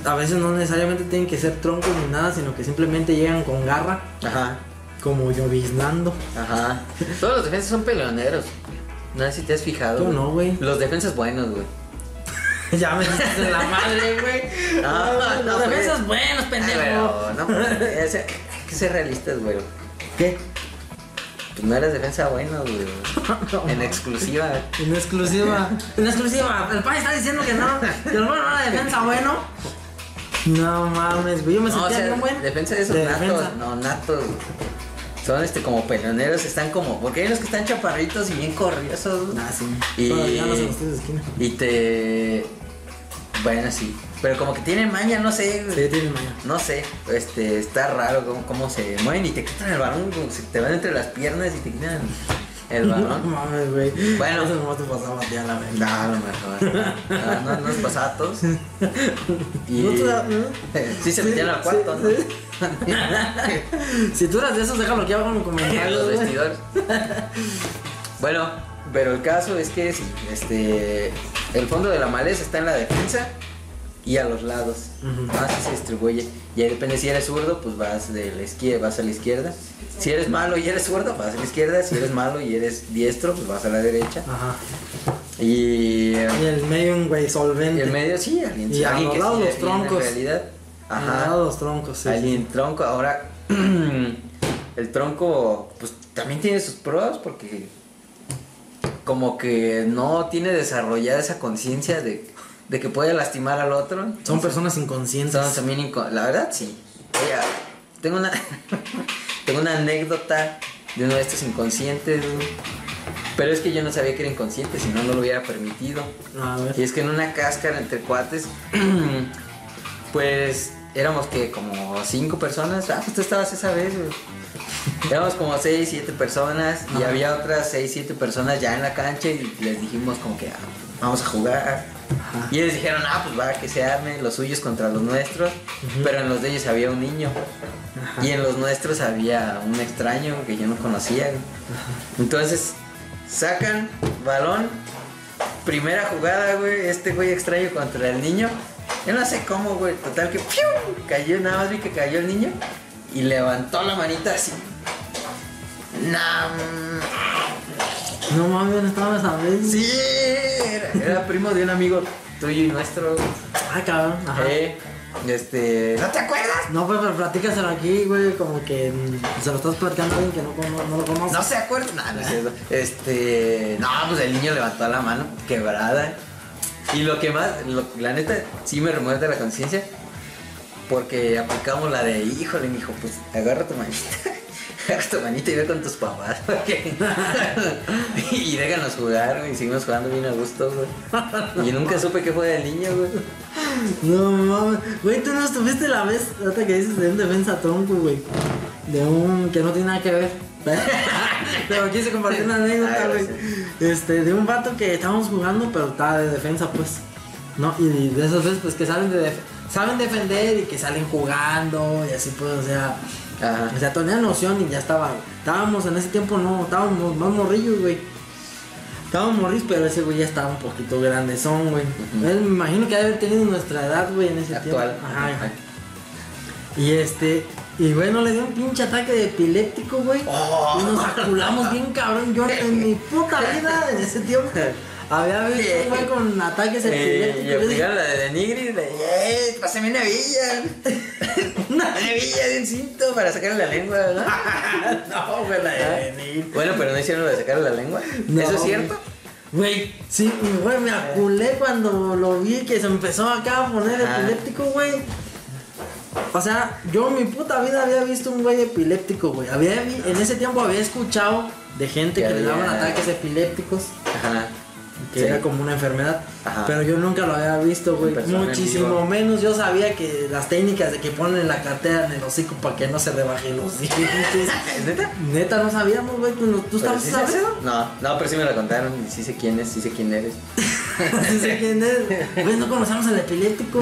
a veces no necesariamente tienen que ser troncos ni nada, sino que simplemente llegan con garra, Ajá. como lloviznando. Ajá. Todos los defensas son peleoneros. No sé si te has fijado. Yo güey. no, güey. Los defensas buenos, güey. ya me diste en la madre, güey. No, Ah, no, los güey. defensas buenos, pendejo. Pero, no, pues, o sea, hay que ser realistas, güey. ¿Qué? Pues no eres defensa bueno, güey. En exclusiva. En exclusiva. En exclusiva. El país está diciendo que no. Que el bueno no era defensa bueno. No mames, güey. Yo me No, o sentía sea, bien, güey. defensa de esos De natos. defensa. No, natos. Son este como peleoneros, están como. Porque hay los que están chaparritos y bien corriosos. Ah, sí. Y- Pero ya no se los tiros de esquina. Y te. Bueno, sí. Pero como que tienen maña, no sé. Sí, tienen maña. No sé. Este, está raro cómo, cómo se mueven y te quitan el balón. como se te van entre las piernas y te quitan el Ah, No balón. mames, güey. Bueno. Eso nomás te pasaba a ti a la vez. No, a lo mejor. No, no, no nos pasaba a todos. Y... No te da- ¿no? Sí se metían al cuarto, ¿no? sí. Si tú eras de esos, déjalo aquí abajo en los A comentarios. los güey. vestidores. bueno, pero el caso es que sí, este, el fondo de la maleza está en la defensa y a los lados. Ujú. Así se distribuye. Y ahí depende si eres zurdo, pues vas de la izquierda, vas a la izquierda. Si eres malo y eres zurdo, vas a la izquierda. Si eres malo y eres diestro, pues vas a la derecha. Ajá. Y, eh, Y el medio, un güey y solvente. en medio sí, alguien, Y a alguien los que lados sí le los viene troncos. En realidad. Al lado de los troncos, sí. Alguien tronco, ahora el tronco pues también tiene sus pruebas porque como que no tiene desarrollada esa conciencia de, de que puede lastimar al otro. Son personas inconscientes. Entonces, también inco- la verdad sí. Oiga, tengo una tengo una anécdota de uno de estos inconscientes, güey. pero es que yo no sabía que era inconsciente, si no no lo hubiera permitido. A Y ver. es que en una cáscara entre cuates, pues éramos que como cinco personas. Ah, pues tú estabas esa vez, güey. Éramos como seis, siete personas y Ajá. había otras seis, siete personas ya en la cancha y les dijimos como que ah, vamos a jugar. Ajá. Y ellos dijeron, ah, pues va, que se armen los suyos contra los nuestros. Pero en los de ellos había un niño. Y en los nuestros había un extraño que yo no conocía. güey. Entonces, sacan balón. Primera jugada, güey. Este güey extraño contra el niño. Yo no sé cómo, güey. Total que ¡piu! cayó, nada más vi que cayó el niño. Y levantó la manita así. Nah, No mames, no estabas a ver. sí, era, era primo de un amigo tuyo y nuestro. güey. Ah, cabrón. Ajá. Eh, este. ¿No te acuerdas? No, pues, pero platícaselo aquí, güey, como que mm, se lo estás platicando a alguien que no, cono- no lo conoce. No se acuerda. No, no es cierto. Este. No, pues el niño levantó la mano quebrada. Y lo que más, lo- la neta, sí me remuerde la conciencia. Porque aplicamos la de, híjole, mijo, pues agarra tu manita. Agarra tu manita y ve con tus papás. porque- y déjanos jugar, güey. Y seguimos jugando bien a gusto, güey. Y nunca supe qué fue del niño, güey. No mames, güey, tú no estuviste la vez, ahorita que dices de un defensa tronco, güey. De un que no tiene nada que ver. pero quise compartir una anécdota, Ah, güey. Este, de un vato que estábamos jugando, pero estaba de defensa, pues. No, y de esas veces, pues que saben de def- saben defender y que salen jugando y así, pues, o sea. Ajá. O sea, tenía noción y ya estaba. Estábamos en ese tiempo, no, estábamos más morrillos, güey. Estábamos morrillos, pero ese güey ya estaba un poquito grandezón, güey. Ujú. Él me imagino que debe haber tenido nuestra edad, güey, en ese Actual. tiempo. Ajá, ajá. Y este, y güey, no le dio un pinche ataque de epiléptico, güey. Oh. Y nos aculamos bien cabrón. Yo en mi puta vida en ese tiempo había visto un güey con ataques Eh, y epilépticos. Yo dije, aplicaron la de Denigris, de ¡eh! ¡Pásame una villa! ¡Una villa de un cinto para sacarle la lengua, ¿no? No, güey, la ¿Ah? de venir. Bueno, pero no hicieron lo de sacarle la lengua. No, ¿Eso es cierto? Güey, sí, y, güey, me aculé cuando lo vi que se empezó acá a poner Ajá. epiléptico, güey. O sea, yo en mi puta vida había visto un güey epiléptico, güey. Había vi- en ese tiempo había escuchado de gente Que que le daban había- ataques epilépticos, Ajá. que Sí. era como una enfermedad. Ajá. Pero yo nunca lo había visto, güey. persona en Muchísimo vivo. menos yo sabía que las técnicas de que ponen la cartera en el hocico para que no se rebaje los dientes. ¿Neta? Neta, no sabíamos, güey. ¿Tú, tú ¿Pero estabas sí sabes? se- No, no, pero sí me lo contaron. y Sí sé quién es, sí sé quién eres. Sí sé quién es. Güey, no conocemos al epiléptico.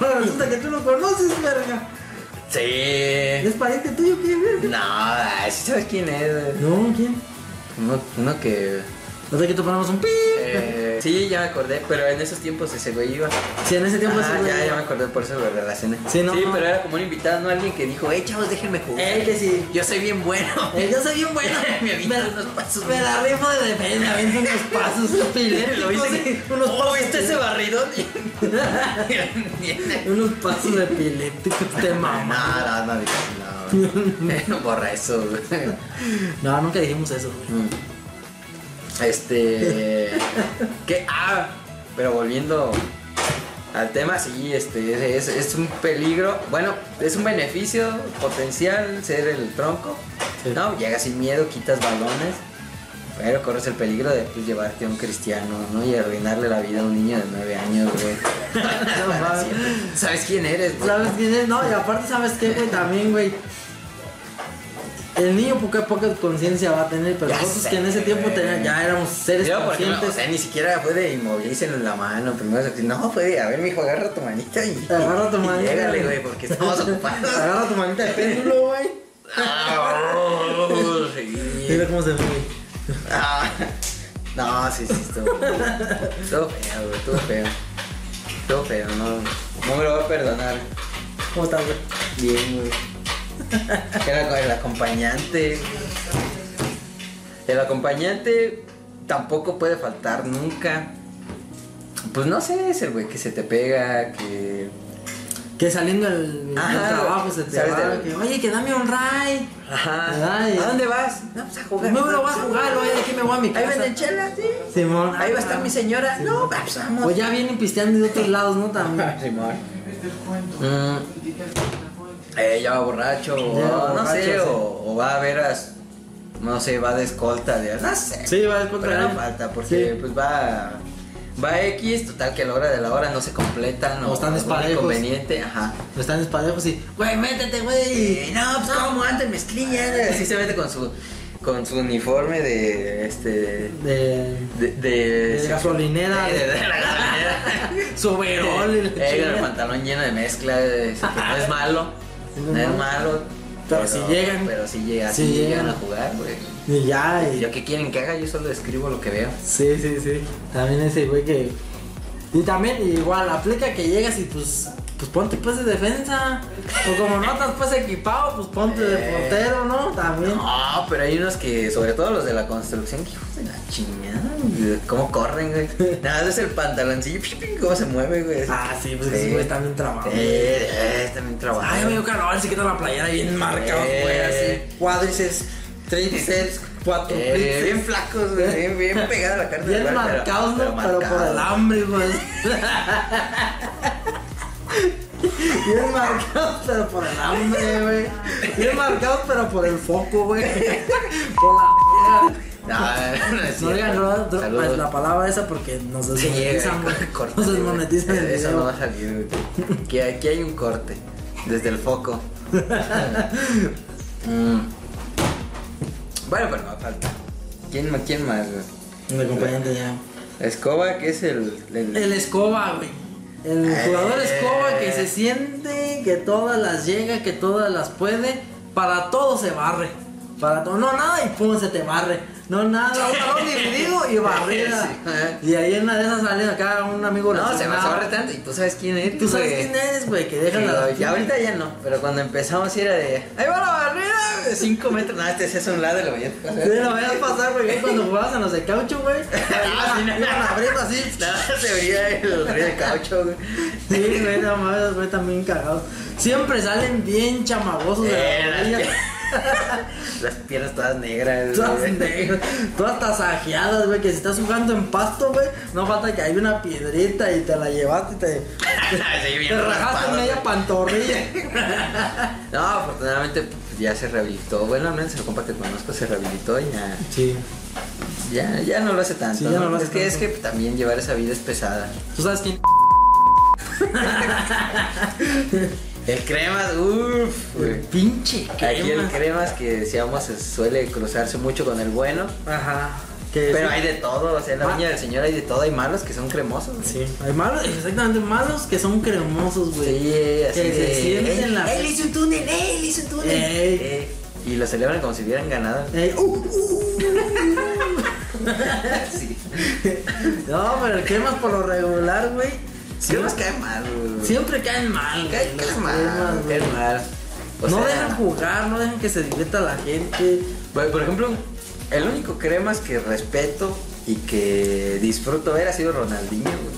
Ahora resulta que tú lo conoces, verga. Sí. ¿Es pariente tuyo qué, verga? No, ay, sí sabes quién es. güey. No, ¿quién? Uno, uno que. O sea que te ponemos un pi. eh, sí, ya me acordé, pero en esos tiempos ese güey iba. Sí, en ese tiempo Ah, ese güey- ya, ya me acordé, por eso lo relacioné. Sí, no, no. pero era como un invitado, no alguien que dijo, hey chavos, déjenme jugar. Ey, Eh, que sí. Yo soy bien bueno. Eh, yo soy bien bueno. Me avientan Me- unos pasos. Me la rifo de defensa, me aviento unos pasos epilépticos. Lo hice que- sí, unos oh, ¿viste ese pasos. barridón? unos pasos epilépticos, te No, mamá. no, no, digas, no. Borra eso. güey. No, nunca dijimos eso, güey. Mm. Este. ¿Qué? Ah, pero volviendo al tema, sí, este, es, es- es un peligro. Bueno, es un beneficio potencial ser el tronco. Sí. No, llegas sin miedo, quitas balones, pero corres el peligro de pues, llevarte a un cristiano, ¿no? Y arruinarle la vida a un niño de 9 años, güey. No Para mames. siempre. ¿Sabes quién eres, güey? ¿Sabes quién es? No, y aparte, ¿sabes qué, güey? También, güey. El niño poca poca conciencia va a tener, pero Ya nosotros sé, que en ese tiempo güey. tenía- ya éramos seres Yo, por ejemplo, conscientes. o sea, ni siquiera fue de inmovilícenlo en la mano. Primero, se- no, fue de, a ver, mijo, agarra tu manita y. Agarra tu y manita. llégale, güey, porque estamos ocupados. Agarra tu manita de péndulo, güey. Sí. Mira cómo se mueve. Ah, No, sí, sí, estuvo. Estuvo feo, güey, estuvo feo. Estuvo feo, no. No me lo voy a perdonar. ¿Cómo estás, güey? Bien, güey. Era con el acompañante. El acompañante tampoco puede faltar nunca. Pues no sé, es el güey que se te pega, que. Que saliendo del, del Ajá, trabajo se te ¿sabes va, del- que, Oye, que dame un ride. Ajá. Ay. ¿A dónde vas? No, pues a Me jugar. lo voy a jugar, oye, de aquí me voy a mi Ahí casa. venden chelas, sí. Simón. Ahí va a estar mi señora. No, pues vamos. O ya vienen pisteando de otros lados, ¿no? También. Simón. Mm. Eh, ya va borracho, o Ya va no borracho, sé, sí. o, o va a ver a. su- No sé, va de escolta, de, no sé. Sí, va a Pero no falta, porque pues va. Va X, total que a la hora de la hora no se completan. O están algún desparejos. inconveniente, ajá. Están pues esparejos y, güey, métete, Y güey. no, pues como antes mezclilla. Así Ah, se mete con su. Con su uniforme de. Este. De De. De, De gasolinera. De, de- de la gasolinera. su overol y la Llega el chingada. pantalón lleno de mezcla, es que no es malo, no es malo. Pero si llegan. Pero si llegan, Si si llegan a llegan. jugar, güey. Y ya, y- Yo qué quieren que haga, yo solo escribo lo que veo. Sí, sí, sí. También ese güey que. Y también, igual, aplica que llegas y pues. Pues ponte pues de defensa. O como no estás pues equipado, pues ponte de Eh. portero, ¿no? También. No, pero hay unos que, sobre todo los de la construcción, que hijos de la chingada, güey, cómo corren, güey. Nada más es el pantaloncillo, pi, pi, cómo se mueve, güey. Ah, sí, pues esos güeyes también trabajan. Eh, eh, también trabajan. Ay, me dio calor, se quita la playera bien marcada, güey, Eh. así. Cuádriceps, tríceps, cuatro Eh, bien flacos, güey, bien, bien pegada a la carne. Bien del bar, pero- marcados, ¿no? Pero por marcados. el hambre, güey. Bien marcados, pero por el hambre, güey. Bien marcados, pero por el foco, güey. Por la Ah, No, no es No digan cierto. no, dro- pues, Saludos. la palabra esa porque nos Sí, desmonetizan, güey. eh, corta, Nos güey. desmonetizan el Eso no va video. a salir, güey. Que aquí hay un corte. Desde el foco. Mm. Bueno, pero no falta. ¿Quién, ma- quién más, güey? Un acompañante ya. Escoba, que es el. el- El escoba, güey. El Eh. jugador escoba que se siente, que todas las llega, que todas las puede, para todo se barre. Para todo, no nada y pum, se te barre. No nada, un balón dividido y barrida. Sí. eh. Y ahí en una de esas sale acá un amigo No, se me lesionado. sobra tanto. Y tú sabes quién es. Tú sabes güey. quién eres, güey, que deja la. Pero ya ahorita ya no, pero cuando empezamos sí era de. ¡Ahí va la barrida! güey, Cinco metros. Nada, este se hace a un lado y lo voy a pasar. Sí, lo vayas a pasar, güey. Yo Cuando jugabas en los de caucho, güey. Ah, sí, no. Iban abriendo así. Nada, se veía el rey del caucho, güey. Sí, güey, no mames, los güey, también cagados. Siempre salen bien chamagosos de Eh, la las rodilla. pier- Las piernas todas negras. Todas güey. negras, todas tasajeadas, güey, que si estás jugando en pasto, güey, no falta que hay una piedrita y te la llevaste y te, Sí, bien te rajaste raspado. media pantorrilla. No, afortunadamente pues, ya se rehabilitó. Bueno, al menos el compa que conozco se rehabilitó y ya, Sí. ya, ya no lo hace tanto. Sí, ya no lo hace es que es que tanto. también llevar esa vida es pesada. ¿Tú sabes quién? El cremas, uff, El pinche Aquí el crema. cremas que decíamos se suele cruzarse mucho con el bueno. Ajá. Que Pero sí. hay de todo, o sea, en la viña del señor hay de todo, hay malos que son cremosos. Sí, hay malos, exactamente, malos que son cremosos, güey. Sí, así Que se de, sienten "Ey, la- Él hizo un túnel, él hizo un túnel. Ey. Eh, y lo celebran como si hubieran ganado. Ey, uh, uh. sí. No, pero el cremas por lo regular, güey. Creo que cae mal, güey. Siempre caen mal, Cae, güey, cae los mal, cremas, güey. cae mal. O no sea, dejan jugar, no dejan que se divierta la gente. güey, Por ejemplo, el único cremas que respeto y que disfruto ver ha sido Ronaldinho, güey.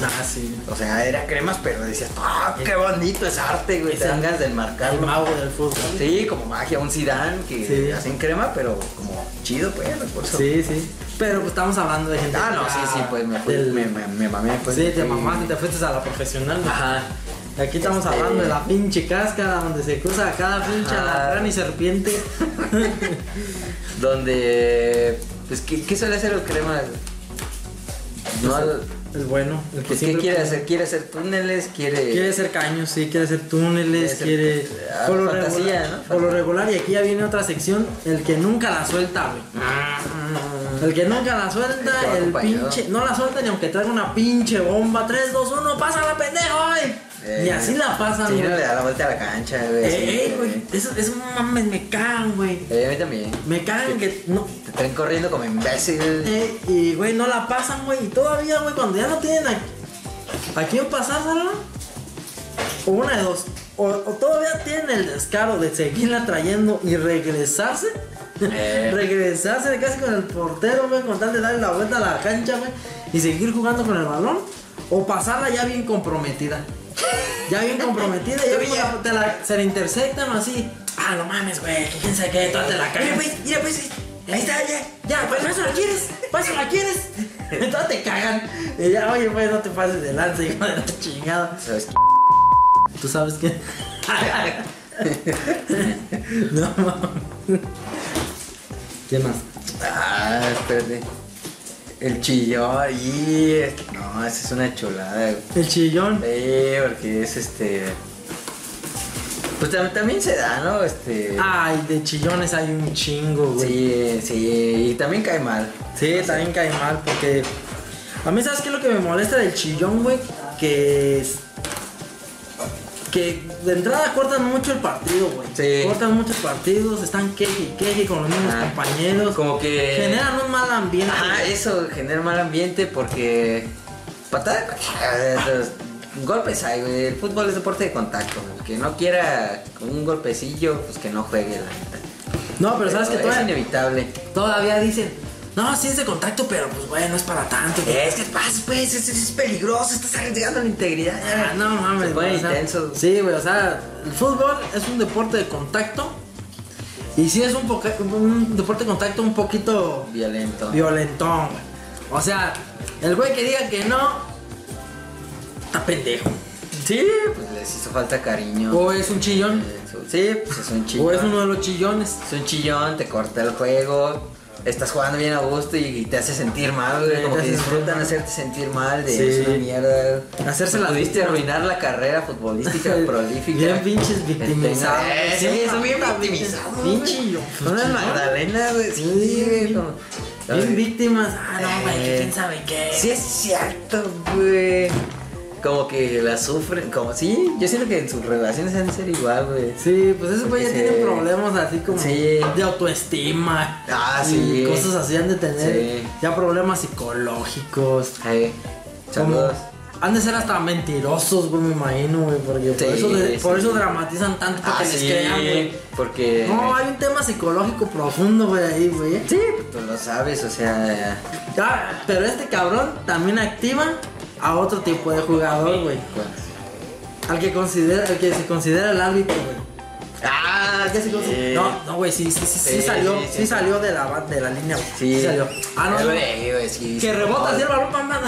Ah, sí. O sea, era cremas, pero decías, ¡ah, qué bonito es arte, güey! Es Te dan el- ganas de El enmarcarlo. mago del fútbol. Sí, como magia, un Zidane que Sí. hacen crema, pero como chido, pues, por eso. Sí, sí. Pero pues estamos hablando de gente. Ah, no, ya sí, sí, pues me fui, del- me, me, me mamé. Pues, sí, te fui- mamaste, te fuiste a la profesional. güey. Ajá. Y Aquí estamos Este- hablando de la pinche cáscara donde se cruza cada pinche Ajá. alacrán y serpiente. Donde. Pues, ¿qué, qué suele hacer el crema? No, El bueno, el que pues, ¿qué siempre quiere puede. hacer? ¿Quiere hacer túneles? ¿Quiere.? Quiere hacer caños, sí, quiere hacer túneles, Quiere quiere. hacer, ah, fantasía, regular, ¿no? por lo regular, y aquí ya viene otra sección: el que nunca la suelta, güey. Ah, El que nunca la El que va suelta, el acompañado. pinche. No la suelta ni aunque traiga una pinche bomba. 3, 2, 1, pásala, pendejo, güey. Eh, Y así la pasan, Sí, güey. no le da la vuelta a la cancha, güey. así, Eh, eh, güey, eh. eso, eso mames, me cagan, güey. Eh, a mí también. Me cagan que no. Te están corriendo como imbécil. eh, y güey, no la pasan, güey. Y todavía, güey, cuando ya no tienen aquí a quién pasársela, o una de dos, o, o todavía tienen el descaro de seguirla trayendo y regresarse. Eh. regresarse casi con el portero, güey, con tal de darle la vuelta a la cancha, güey, y seguir jugando con el balón, o pasarla ya bien comprometida. Ya bien comprometida, ya bien, te la- se la interceptan o así. Ah, no mames, güey, que quién sabe qué, toda te la cagas. Mira, pues, mira, pues, ahí está, ya, ya, pues, eso la quieres, pues, eso la quieres. Entonces te cagan. Y ya, oye, pues, no te pases de lanza, hijo de la chingada. ¿Sabes qué? ¿Tú sabes qué? no, mames. ¿Quién más? Ah, espérate. El chillón ahí. es- No, esa es una chulada, güey. El chillón. Sí, porque es este. Pues tam- también se da, ¿no? Este. Ay, de chillones hay un chingo, Ah, güey. Sí, sí, y también cae mal. Sí, también cae mal porque. A mí, ¿sabes qué es lo que me molesta del chillón, güey? Que. es- Que de entrada cortan mucho el partido, güey. Sí. Cortan muchos partidos, están queje y queje con los mismos Ajá. compañeros. Como que- eh, Generan un mal ambiente. Ah, güey. eso genera mal ambiente porque. Patada. esos Golpes hay, güey. El fútbol es deporte de contacto. güey. Que no quiera un golpecillo, pues que no juegue, la neta. no, pero sabes que es todavía, inevitable. todavía dicen. No, sí es de contacto, pero pues, güey, no es para tanto. güey". Es que pasa, pues, es, es peligroso, estás arriesgando la integridad. Ah, no mames, Se ponen o sea, intensos. sí, güey, o sea, el fútbol es un deporte de contacto. Y sí es un, poca- un deporte de contacto un poquito Violento. violentón, güey. O sea, el güey que diga que no, está pendejo. Sí, pues les hizo falta cariño. O es un chillón. Eso, Sí, pues es un chillón. O es uno de los chillones. Es un chillón, te corta el juego. Estás jugando bien a gusto y, y te hace sentir mal, güey. Sí, Como te que hace sentir disfrutan mal. hacerte sentir mal de Sí. "Es una mierda. Hacerse Me la Pudiste víctima. arruinar la carrera futbolística prolífica. Bien pinches Este, victimizados. eh, Sí, son bien Puta, victimizados. Bien güey. chillón. Son las Magdalenas, güey. Pues Sí, Sí, güey. bien- como- Bien víctimas. Ah, no, güey, que Eh. quién sabe qué. Sí es cierto, güey. Como que la sufren, como sí, yo siento que en sus relaciones han de ser igual, güey. Sí, pues esos güeyes Porque tienen se- problemas así como Sí. de autoestima. Ah, y sí. Cosas así han de tener Sí. ya problemas psicológicos. Eh, saludos. como- Han de ser hasta mentirosos, güey, me imagino, güey, porque por, Sí, eso de- sí. por eso dramatizan tanto para Ah, que les crean, güey. porque No, hay un tema psicológico profundo, güey, ahí, güey. sí, tú lo sabes, o sea, Ah, pero este cabrón también activa a otro tipo de jugador, güey. pues, Al que considera, al que se considera el árbitro, güey. ah, Ya se conoce. No, no, güey, sí, sí, sí, sí Sí, salió, sí, sí, sí. salió de la, ba- de la línea, güey. Sí, salió. Ah, no, no. güey, güey, sí, Que sí, rebota no. así el balón para nada.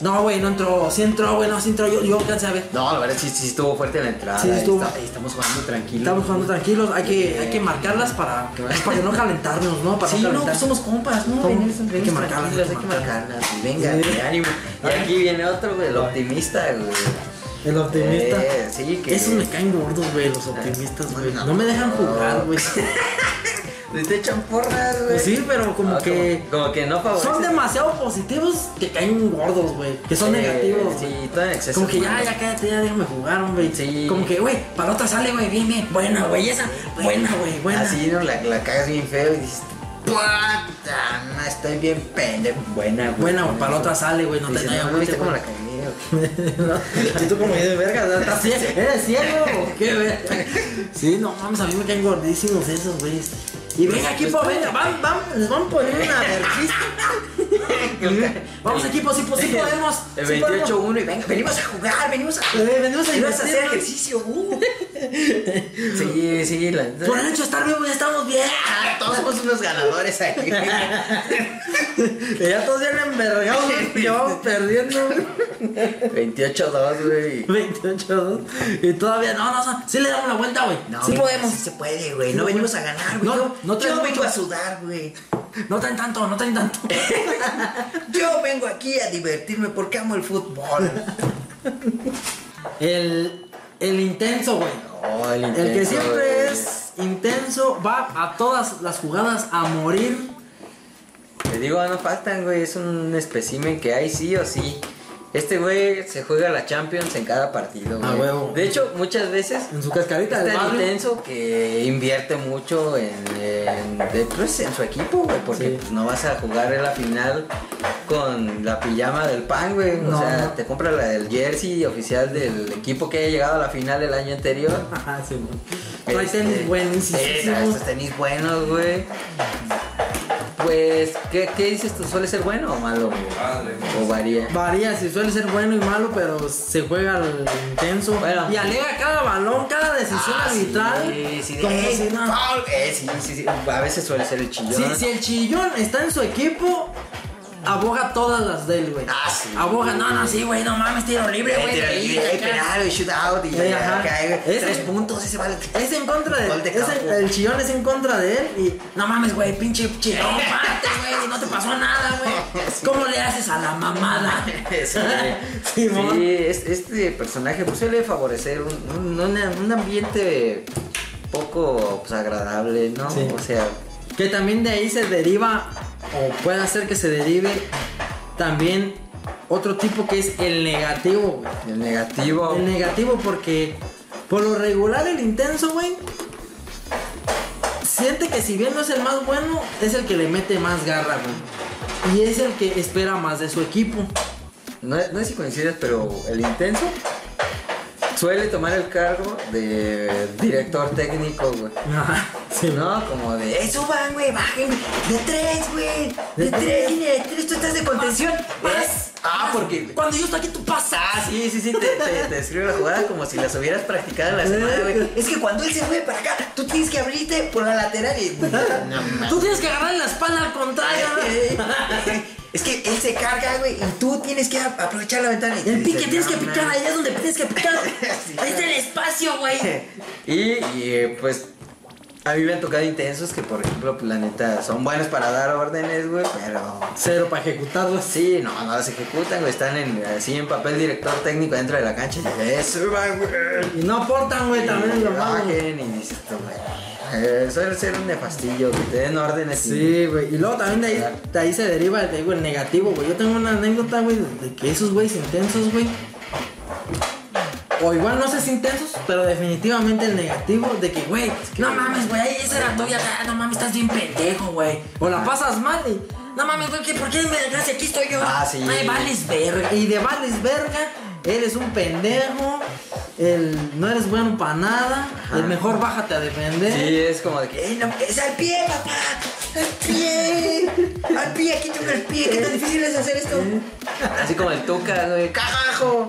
No, güey, no entró, sí entró, güey, no, sí entró, yo, yo alcancé a ver. No, la verdad sí, sí estuvo fuerte la entrada. Sí, estuvo. Está- eh, estamos jugando tranquilo. Estamos jugando tranquilos, hay que, hay que marcarlas para, pues, para no calentarnos, ¿no? Para Sí, no, calentar. pues somos compas, ¿no? Somos- Venimos entre hay que ellos marcarlas, tranquilos, hay que marcarlas. hay que marcarlas. Venga, Sí. de ánimo. Y aquí viene otro, güey, el optimista, güey. El optimista. Eh, sí, que. Esos me caen gordos, güey, los optimistas, güey. no. Eh, No me dejan jugar, güey. Les Pues te echan porras, güey. Pues Sí, pero como Ah, que Como, como que no favorecen. son demasiado positivos que caen gordos, güey. Que son Eh, negativos. güey. Sí, todo en exceso. Como que ya, hermano. ya cállate, ya déjame jugar, hombre. Sí. Como que, güey, para otra sale, güey, bien, bien. Buena, güey, esa. Buena, güey, buena. Así, ¿no? La, la cagas bien feo y dices. ¡Puta! no, Estoy bien pendejo. Buena, güey. Buena, güey, para la otra sale, güey. No Pues No te te no, no, no viste cómo la cagué, güey. Y tú como dices, verga, ¿no? ¿estás ciego? ¿Eres ciego o qué, güey? Sí, no mames, a mí me caen gordísimos esos, güey. Y venga, equipo, venga, van, van, les van a poner una vergüenza. Vamos, equipo, Pues sí, po- sí podemos. El sí podemos. 28-1 y venga, venimos a jugar, venimos a Eh, venimos a Venimos a hacer divertirnos. ejercicio, uh. Sí, sí, la Por el hecho de estar vivo ya estamos bien. Todos somos un mismos ganadores aquí. Que ya todos bien envergados, güey, que vamos perdiendo, güey. 28-2, güey. 28 Y todavía, no, no, no, sí le damos la vuelta, güey. No, sí mira, podemos. sí se puede, güey. No venimos a ganar, güey. No, yo no yo traes vengo mucho. a sudar, güey. No traen tanto, no traen tanto. Yo vengo aquí a divertirme porque amo el fútbol. El, el intenso, güey. Oh, el, El que intenso, güey. siempre es intenso va a todas las jugadas a morir. Te digo, "Ah, no faltan, güey. Es un espécimen que hay sí o sí. Este güey se juega la Champions en cada partido, güey. A Ah, huevo. De hecho, muchas veces En su cascarita es del tan barrio. intenso que invierte mucho en, en- de- pues, en su equipo, güey. Porque Sí. pues, no vas a jugar en la final con la pijama del pan, güey. O No, sea, no. te compra la, el jersey oficial del equipo que haya llegado a la final el año anterior. Ajá, Ah, sí, no. Trae Este, tenis buenísimos. sí, trae estos tenis buenos, güey. Pues, ¿qué, qué dices tú? ¿Suele ser bueno o malo? Madre. ¿O varía? Varía, si suele ser bueno y malo, pero se juega al intenso. Bueno. Y alega cada balón, cada decisión Ah, sí, arbitral. sí, de, como "Ey, si no- foul". Eh, sí, sí, sí. A veces suele ser el chillón. Sí, si el chillón está en su equipo, aboga todas las de él, güey. Ah, sí. Aboga, no, no, sí, güey, no mames, tiro libre, Eh, güey. tiro ahí, libre, eh, acá. penal, y shootout, y Eh, ajá. acá, eh, Ese- tres puntos, ese vale. Es en contra de Gol él. de es en- campo. el chillón es en contra de él y. No mames, güey, pinche chillón, mate, güey, no te pasó nada, güey. ¿Cómo le haces a la mamada? Sí, Simón. Sí, es- este personaje pues, suele favorecer un, un- una- un ambiente poco pues, agradable, ¿no? Sí. O sea, Que también de ahí se deriva, o puede hacer que se derive, también otro tipo que es el negativo, güey. el negativo. El negativo porque por lo regular el intenso, güey, siente que si bien no es el más bueno, es el que le mete más garra, güey. Y es el que espera más de su equipo. No, no sé si coincides, pero el intenso suele tomar el cargo de director técnico, güey. Ajá, sí, ¿No? Como de Eh, suban, güey, bajen, güey. De tres, güey. De tres, línea de tres, tú estás de contención. Es. Ah, porque. Cuando yo estoy aquí, tú pasas. Ah, sí, sí, sí, te, te, te describe la jugada como si las hubieras practicado en la semana, güey. Es que cuando él se mueve para acá, tú tienes que abrirte por la lateral y. No, mames. Tú tienes que agarrar la espalda al contrario. Es que él se carga, güey, y tú tienes que a- aprovechar la ventana. y El dices, pique tienes "No, que picar, mames". ahí es donde tienes que picar. Ahí está el espacio, güey. Y, y, eh, pues. A mí me han tocado intensos que, por ejemplo, pues, la neta, son buenos para dar órdenes, güey, pero. Cero para ejecutarlo. Sí, no, no las ejecutan, güey. Están en, así en papel director técnico dentro de la cancha. Y de eso, güey. Y no aportan, güey, Pues, también es lo malo. bajen y dices tú, güey. Eh, suele ser un nefastillo, que te den órdenes. Sí, güey. Y luego también de ahí, de ahí se deriva, te digo, el negativo, güey. Yo tengo una anécdota, güey, de que esos güeyes intensos, güey. O igual no sé si intensos, pero definitivamente el negativo de que, güey, no mames, güey, ahí esa era tuya, ah, no mames, estás bien pendejo, güey. O la pasas mal y, no mames, güey, ¿qué- ¿por qué me dejaste aquí estoy yo? Ah, sí. Ay, vales verga. Y de vales verga, eres un pendejo, el, no eres bueno para nada, el mejor bájate a defender. Sí, es como de que. Eh, no, es al pie, papá. Al pie. Al pie, aquí toca el pie. ¿Qué tan difícil es hacer esto? Así como el Tuca, güey. ¡Cajajo!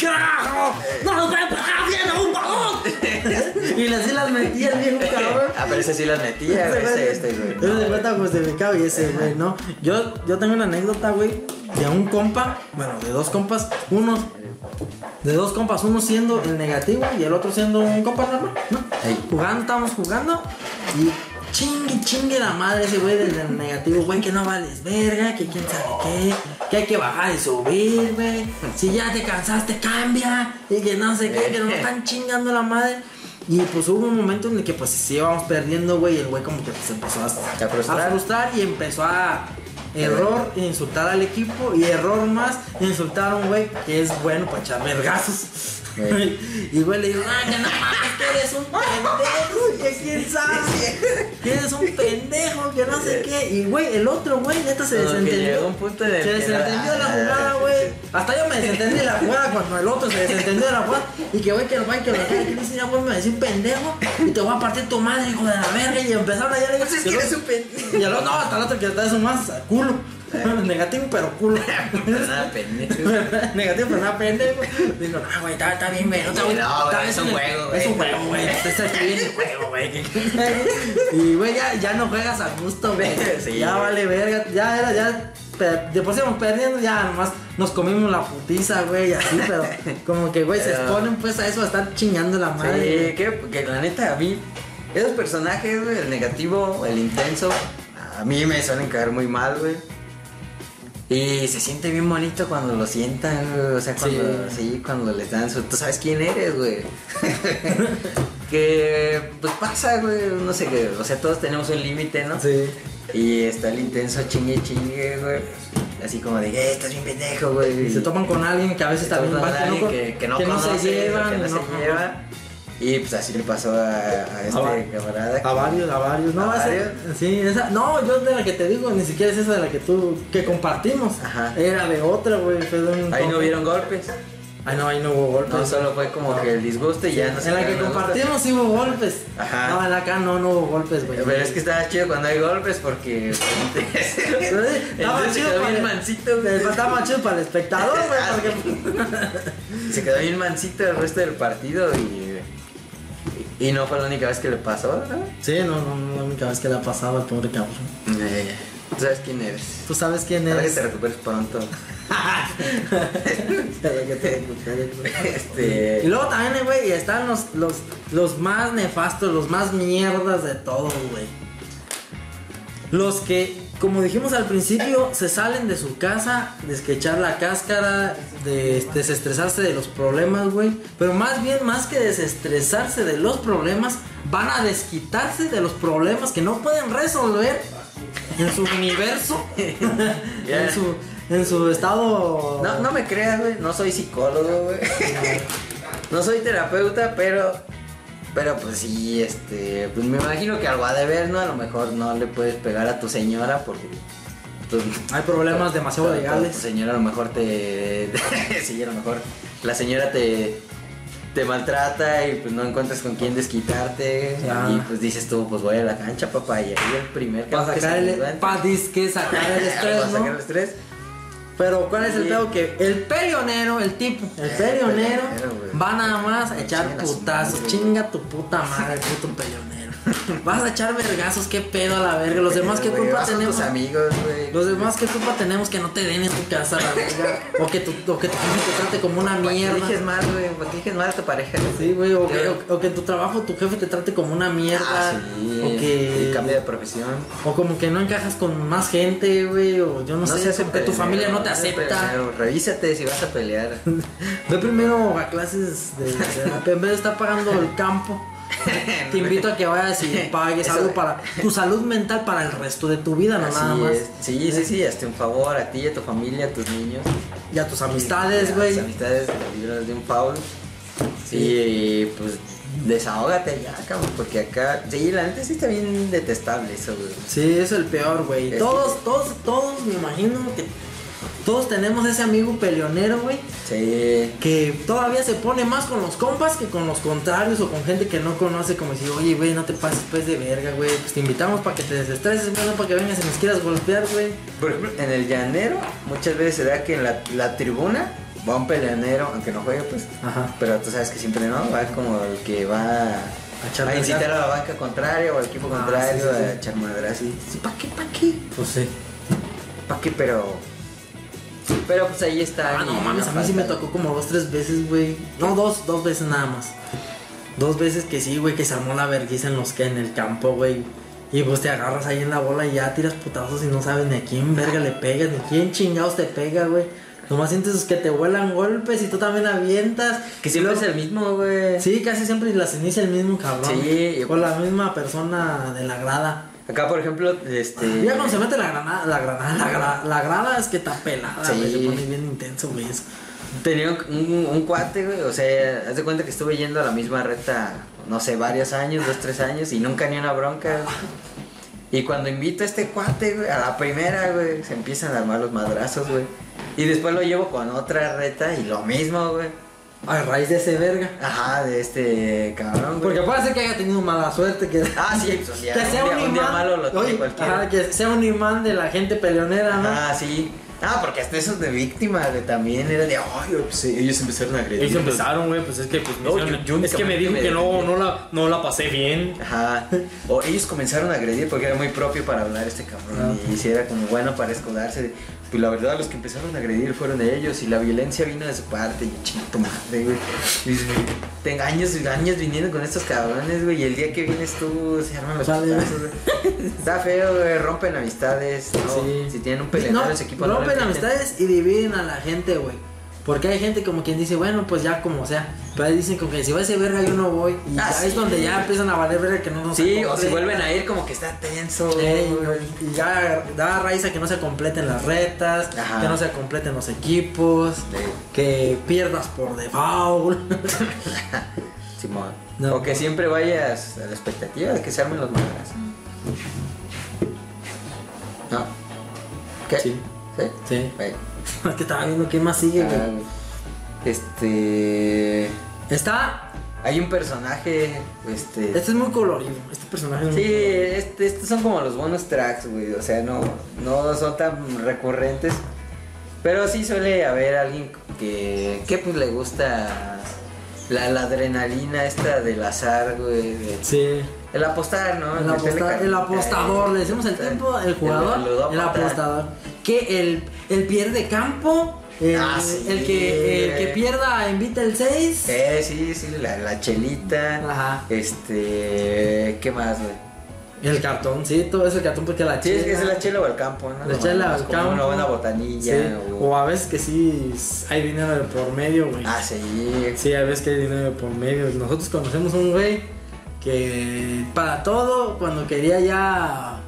¡Carajo! ¡No nos va a pagar bien a un balón! y así las metía el viejo cabrón. Ah, pero ese sí las metía, güey. Este, este, güey. Yo me cuenta justificado pues, y ese, güey, ¿no? Yo, yo tengo una anécdota, güey, de un compa, bueno, de dos compas, uno, de dos compas, uno siendo el negativo y el otro siendo un compa normal, ¿no? Ey. Jugando, estábamos jugando y chingue, chingue la madre ese güey del, del negativo, güey, que no vales verga, que quién sabe qué, que hay que bajar y subir, güey, si ya te cansaste, cambia, y que no sé qué, que Eh. nos están chingando la madre. Y pues hubo un momento en el que pues sí íbamos perdiendo, güey, y el güey como que se empezó a, A frustrar. Eh. a frustrar y empezó a error e insultar al equipo y error más insultar a un güey que es bueno para echar vergazos. Eh. Y güey le digo, ah, que no mames, que eres un pendejo, que quién sabe, que eres un pendejo, que no sé qué. Y güey, el otro güey neta se Eh. No, que desentendió. llegó un punto en el se que- desentendió la jugada, güey. Hasta yo me desentendí de la jugada cuando el otro se desentendió de la jugada. Y que güey, que el güey, que lo que le dice, "Ya, güey, me decís pendejo y te voy a partir tu madre, hijo de la verga. Y empezaron a llorar. y yo, Entonces, que eres un pendejo. y al otro, no, hasta el otro que está es un más culo. Negativo, pero culo. Pues, Nada, pendejo. Negativo, pero nada pendejo. Digo, no, güey, está, está bien, güey. No, te voy- No, güey, está- es un juego, Es un güey. juego, güey. Te está escribiendo el juego, güey. Y, güey, ya, ya no juegas a gusto, güey. Sí, ya güey. vale verga. Ya era, ya. per- De por sí íbamos perdiendo, ya nomás nos comimos la putiza, güey, así, pero como que, güey, se Pero- exponen pues a eso, a estar chingando la Sí, madre. güey. que, que la neta, a mí, esos personajes, güey, el negativo, el intenso, a mí me suelen caer muy mal, güey. Y se siente bien bonito cuando lo sientan, güey, o sea, cuando, Sí. sí. cuando les dan su... Tú sabes quién eres, güey. que, pues pasa, güey, no sé qué, o sea, todos tenemos un límite, ¿no? Sí. Y está el intenso chingue chingue, güey. Así como de, eh, estás bien pendejo, güey. Y se topan con alguien que a veces también Entonces, va a alguien con- que, que no, que conoce, se llevan. que no se no- lleva. Y pues así le pasó a, a este va- camarada. A varios, a varios. No, ¿A esa- varios? sí, esa- no, yo de la que te digo, ni siquiera es esa de la que tú, que compartimos. Ajá. Era de otra, güey. fue de un- Ahí no hubieron golpes. Ay, no, ahí no hubo golpes. No, solo fue como No. que el disgusto y ya no se En la que quedaron los compartimos sí hubo golpes. Ajá. No, en la acá no, no hubo golpes, güey. golpes. Pero es que estaba chido cuando hay golpes porque. pues, Estaba Entonces se chido quedó para bien el mansito, güey. Estaba más chido para el espectador, güey. porque- Se quedó bien mansito el resto del partido y. Y no fue la única vez que le pasó, ¿no? Sí, no, no, no, la única vez que la pasaba al pobre cabrón. Eh, Tú sabes quién eres. Tú sabes quién Ahora que es. te recuperes pronto. Pero que te recuperes, güey. Este. Y luego también, eh, güey, están los, los, los más nefastos, los más mierdas de todo, güey. Los que, como dijimos al principio, se salen de su casa, desquechar la cáscara, de, este, desestresarse de los problemas, güey. Pero más bien, más que desestresarse de los problemas, van a desquitarse de los problemas que no pueden resolver en su universo, en, su, en su estado... No, no me creas, güey. No soy psicólogo, güey. No soy terapeuta, pero. Pero pues sí, este. Pues me imagino que algo ha de ver, ¿no? A lo mejor no le puedes pegar a tu señora porque. pues, Hay problemas demasiado tu- tu- legales. Tu señora a lo mejor te. sí, a lo mejor. La señora te. Te maltrata y pues no encuentras con quién desquitarte. Ya. Y pues dices tú, pues voy a la cancha, papá. Y ahí el primer Para cabrón que sacar se el, levanta- pa' disque sacar el Para estrés, sacar el ¿no? estrés. Pero ¿cuál es el Sí. pedo que el pelionero, el tipo, el Eh, pelionero peleonero, güey. va nada más a echar Chinga su putazos, madre. chinga tu puta madre, puto pelionero. Vas a echar vergazos, qué pedo a la verga, los demás qué Güey, culpa vas con tenemos. Tus amigos, güey. Los demás qué culpa tenemos que no te den en tu casa, la verga, o que tu o que tu jefe te trate como una ¿Para qué mierda. eliges mal, güey? ¿Para qué eliges mal a tu pareja? Sí, güey, o, que- Yo- o- o que en tu trabajo tu jefe te trate como una mierda, Ah, sí. o Y que cambia de profesión. O como que no encajas con más gente, güey, o yo no, sé, seas como que tu peleonero, familia no te seas acepta. peleonero. Revísate si vas a pelear. Ve primero a clases de, de- en vez de estar pagando el campo. Te invito a que vayas y pagues Eso- algo para tu salud mental para el resto de tu vida, no nada Así más. es. Sí, sí, sí. Hazte un favor a ti, a tu familia, a tus niños. Y a tus Y amistades, a güey. Tus amistades, libros de un favor. Sí, y pues desahógate ya, cabrón. Porque acá. Sí, la neta sí está bien detestable eso, güey. Sí, es el peor, güey. Es- Todos, todos, todos, me imagino que todos tenemos ese amigo peleonero, güey, Sí. que todavía se pone más con los compas que con los contrarios o con gente que no conoce, como decir, oye, güey, no te pases pues de verga, güey, pues te invitamos para que te desestreses, güey, no para que vengas y nos quieras golpear, güey. Por ejemplo, en el llanero muchas veces se da que en la, la tribuna va un peleonero, aunque no juegue pues. Ajá. Pero tú sabes que siempre no, va como el que va a, echar incitar vergazo. a la banca contraria o al equipo Ah, contrario sí, sí, a sí. echar madera así. ¿Para qué? ¿Para qué? Pues sí. ¿Para qué? Pero... Pero pues ahí está. Ah, y no mames, a mí falta. sí me tocó como dos, tres veces, güey. No, dos, dos veces nada más. Dos veces que sí, güey, que se armó la vergüenza en los que en el campo, güey. Y pues te agarras ahí en la bola y ya tiras putazos y no sabes ni a quién verga le pegas, ni quién chingados te pega, güey. Nomás sientes que te vuelan golpes y tú también avientas. Que Y siempre es luego- el mismo, güey. Sí, casi siempre las inicia el mismo cabrón. Sí. O la misma persona de la grada. Acá, por ejemplo, este... Ya cuando se mete la granada, la granada, la, gra- la grada es que está pelada, Sí. güey. Se pone bien intenso, güey. eso. Tenía un, un- un cuate, güey. O sea, haz de cuenta que estuve yendo a la misma recta, no sé, varios años, dos, tres años, y nunca ni una bronca. güey. Y cuando invito a este cuate, güey, a la primera, güey, se empiezan a armar los madrazos, güey. Y después lo llevo con otra reta y lo mismo, güey. a raíz de ese verga. Ajá, de este cabrón, güey. Porque puede ser que haya tenido mala suerte, que, Ah, sí, pues, o sea, que sea un un, día- un imán, día malo lo tiene oye, cualquiera. ajá, que sea un imán de la gente peleonera, ¿no? Ah, sí. Ah, porque hasta esos de víctima, güey, también era de, ay, güey, pues ellos empezaron a agredir. Ellos empezaron, güey, pues es que pues, me No, hicieron- yo- yo es que me únicamente dijo me que no, defendí. no la, no la pasé bien. Ajá. O ellos comenzaron a agredir porque era muy propio para hablar este Ah, cabrón. Y si era como bueno para escudarse. Pues la verdad, los que empezaron a agredir fueron ellos y la violencia vino de su parte. Y chito madre, güey. Y dices, güey, Tengo años y años viniendo con estos cabrones, güey. Y el día que vienes tú se arman los Sale. putazos, güey. Está feo, güey. Rompen amistades. ¿no? Sí. Si tienen un peleador en No, su equipo, no lo Rompen enfrenten. amistades y dividen a la gente, güey. Porque hay gente como quien dice, bueno, pues ya como sea. Pero ahí dicen como que si va ese verga yo no voy. Y Ah, ya sí, es donde ya güey. empiezan a valer verga que no nos Sí, o acople. si vuelven a ir, como que está tenso. Ey, güey. y ya da raíz a que no se completen las retas, Ajá. que no se completen los equipos, Ey. que pierdas por default. Simón. No. O que siempre vayas a la expectativa de que se armen los madras. No. ¿Qué? Sí. ¿Sí? sí. Güey. Es que estaba viendo quién más sigue, güey. Ah, güey. este. Está. Hay un personaje. Este. Este es muy colorido. Este personaje es muy Sí, este- estos son como los bonus tracks, güey. O sea, no, no son tan recurrentes. Pero sí suele haber alguien que, que pues le gusta la, la adrenalina esta del azar, güey. de- Sí. El apostar, ¿no? El, Meterle aposta- el carnita, apostador, eh, le decimos el tiempo, el jugador, el, ludópata. apostador. Que el, el pierde campo, el, Ah, sí. el que, el que pierda invita el 6. Eh, sí, sí, la, la chelita. Ajá. Este. ¿Qué más, güey? El cartón, sí, todo eso el cartón porque la Sí, es que es chela- la chela o el campo, ¿no? la chela, Más el como campo. Una buena botanilla. Sí, o- O a veces que sí s- hay dinero de por medio, güey. Ah, sí. Sí, a veces que hay dinero de por medio. Nosotros conocemos un güey que para todo, cuando quería ya.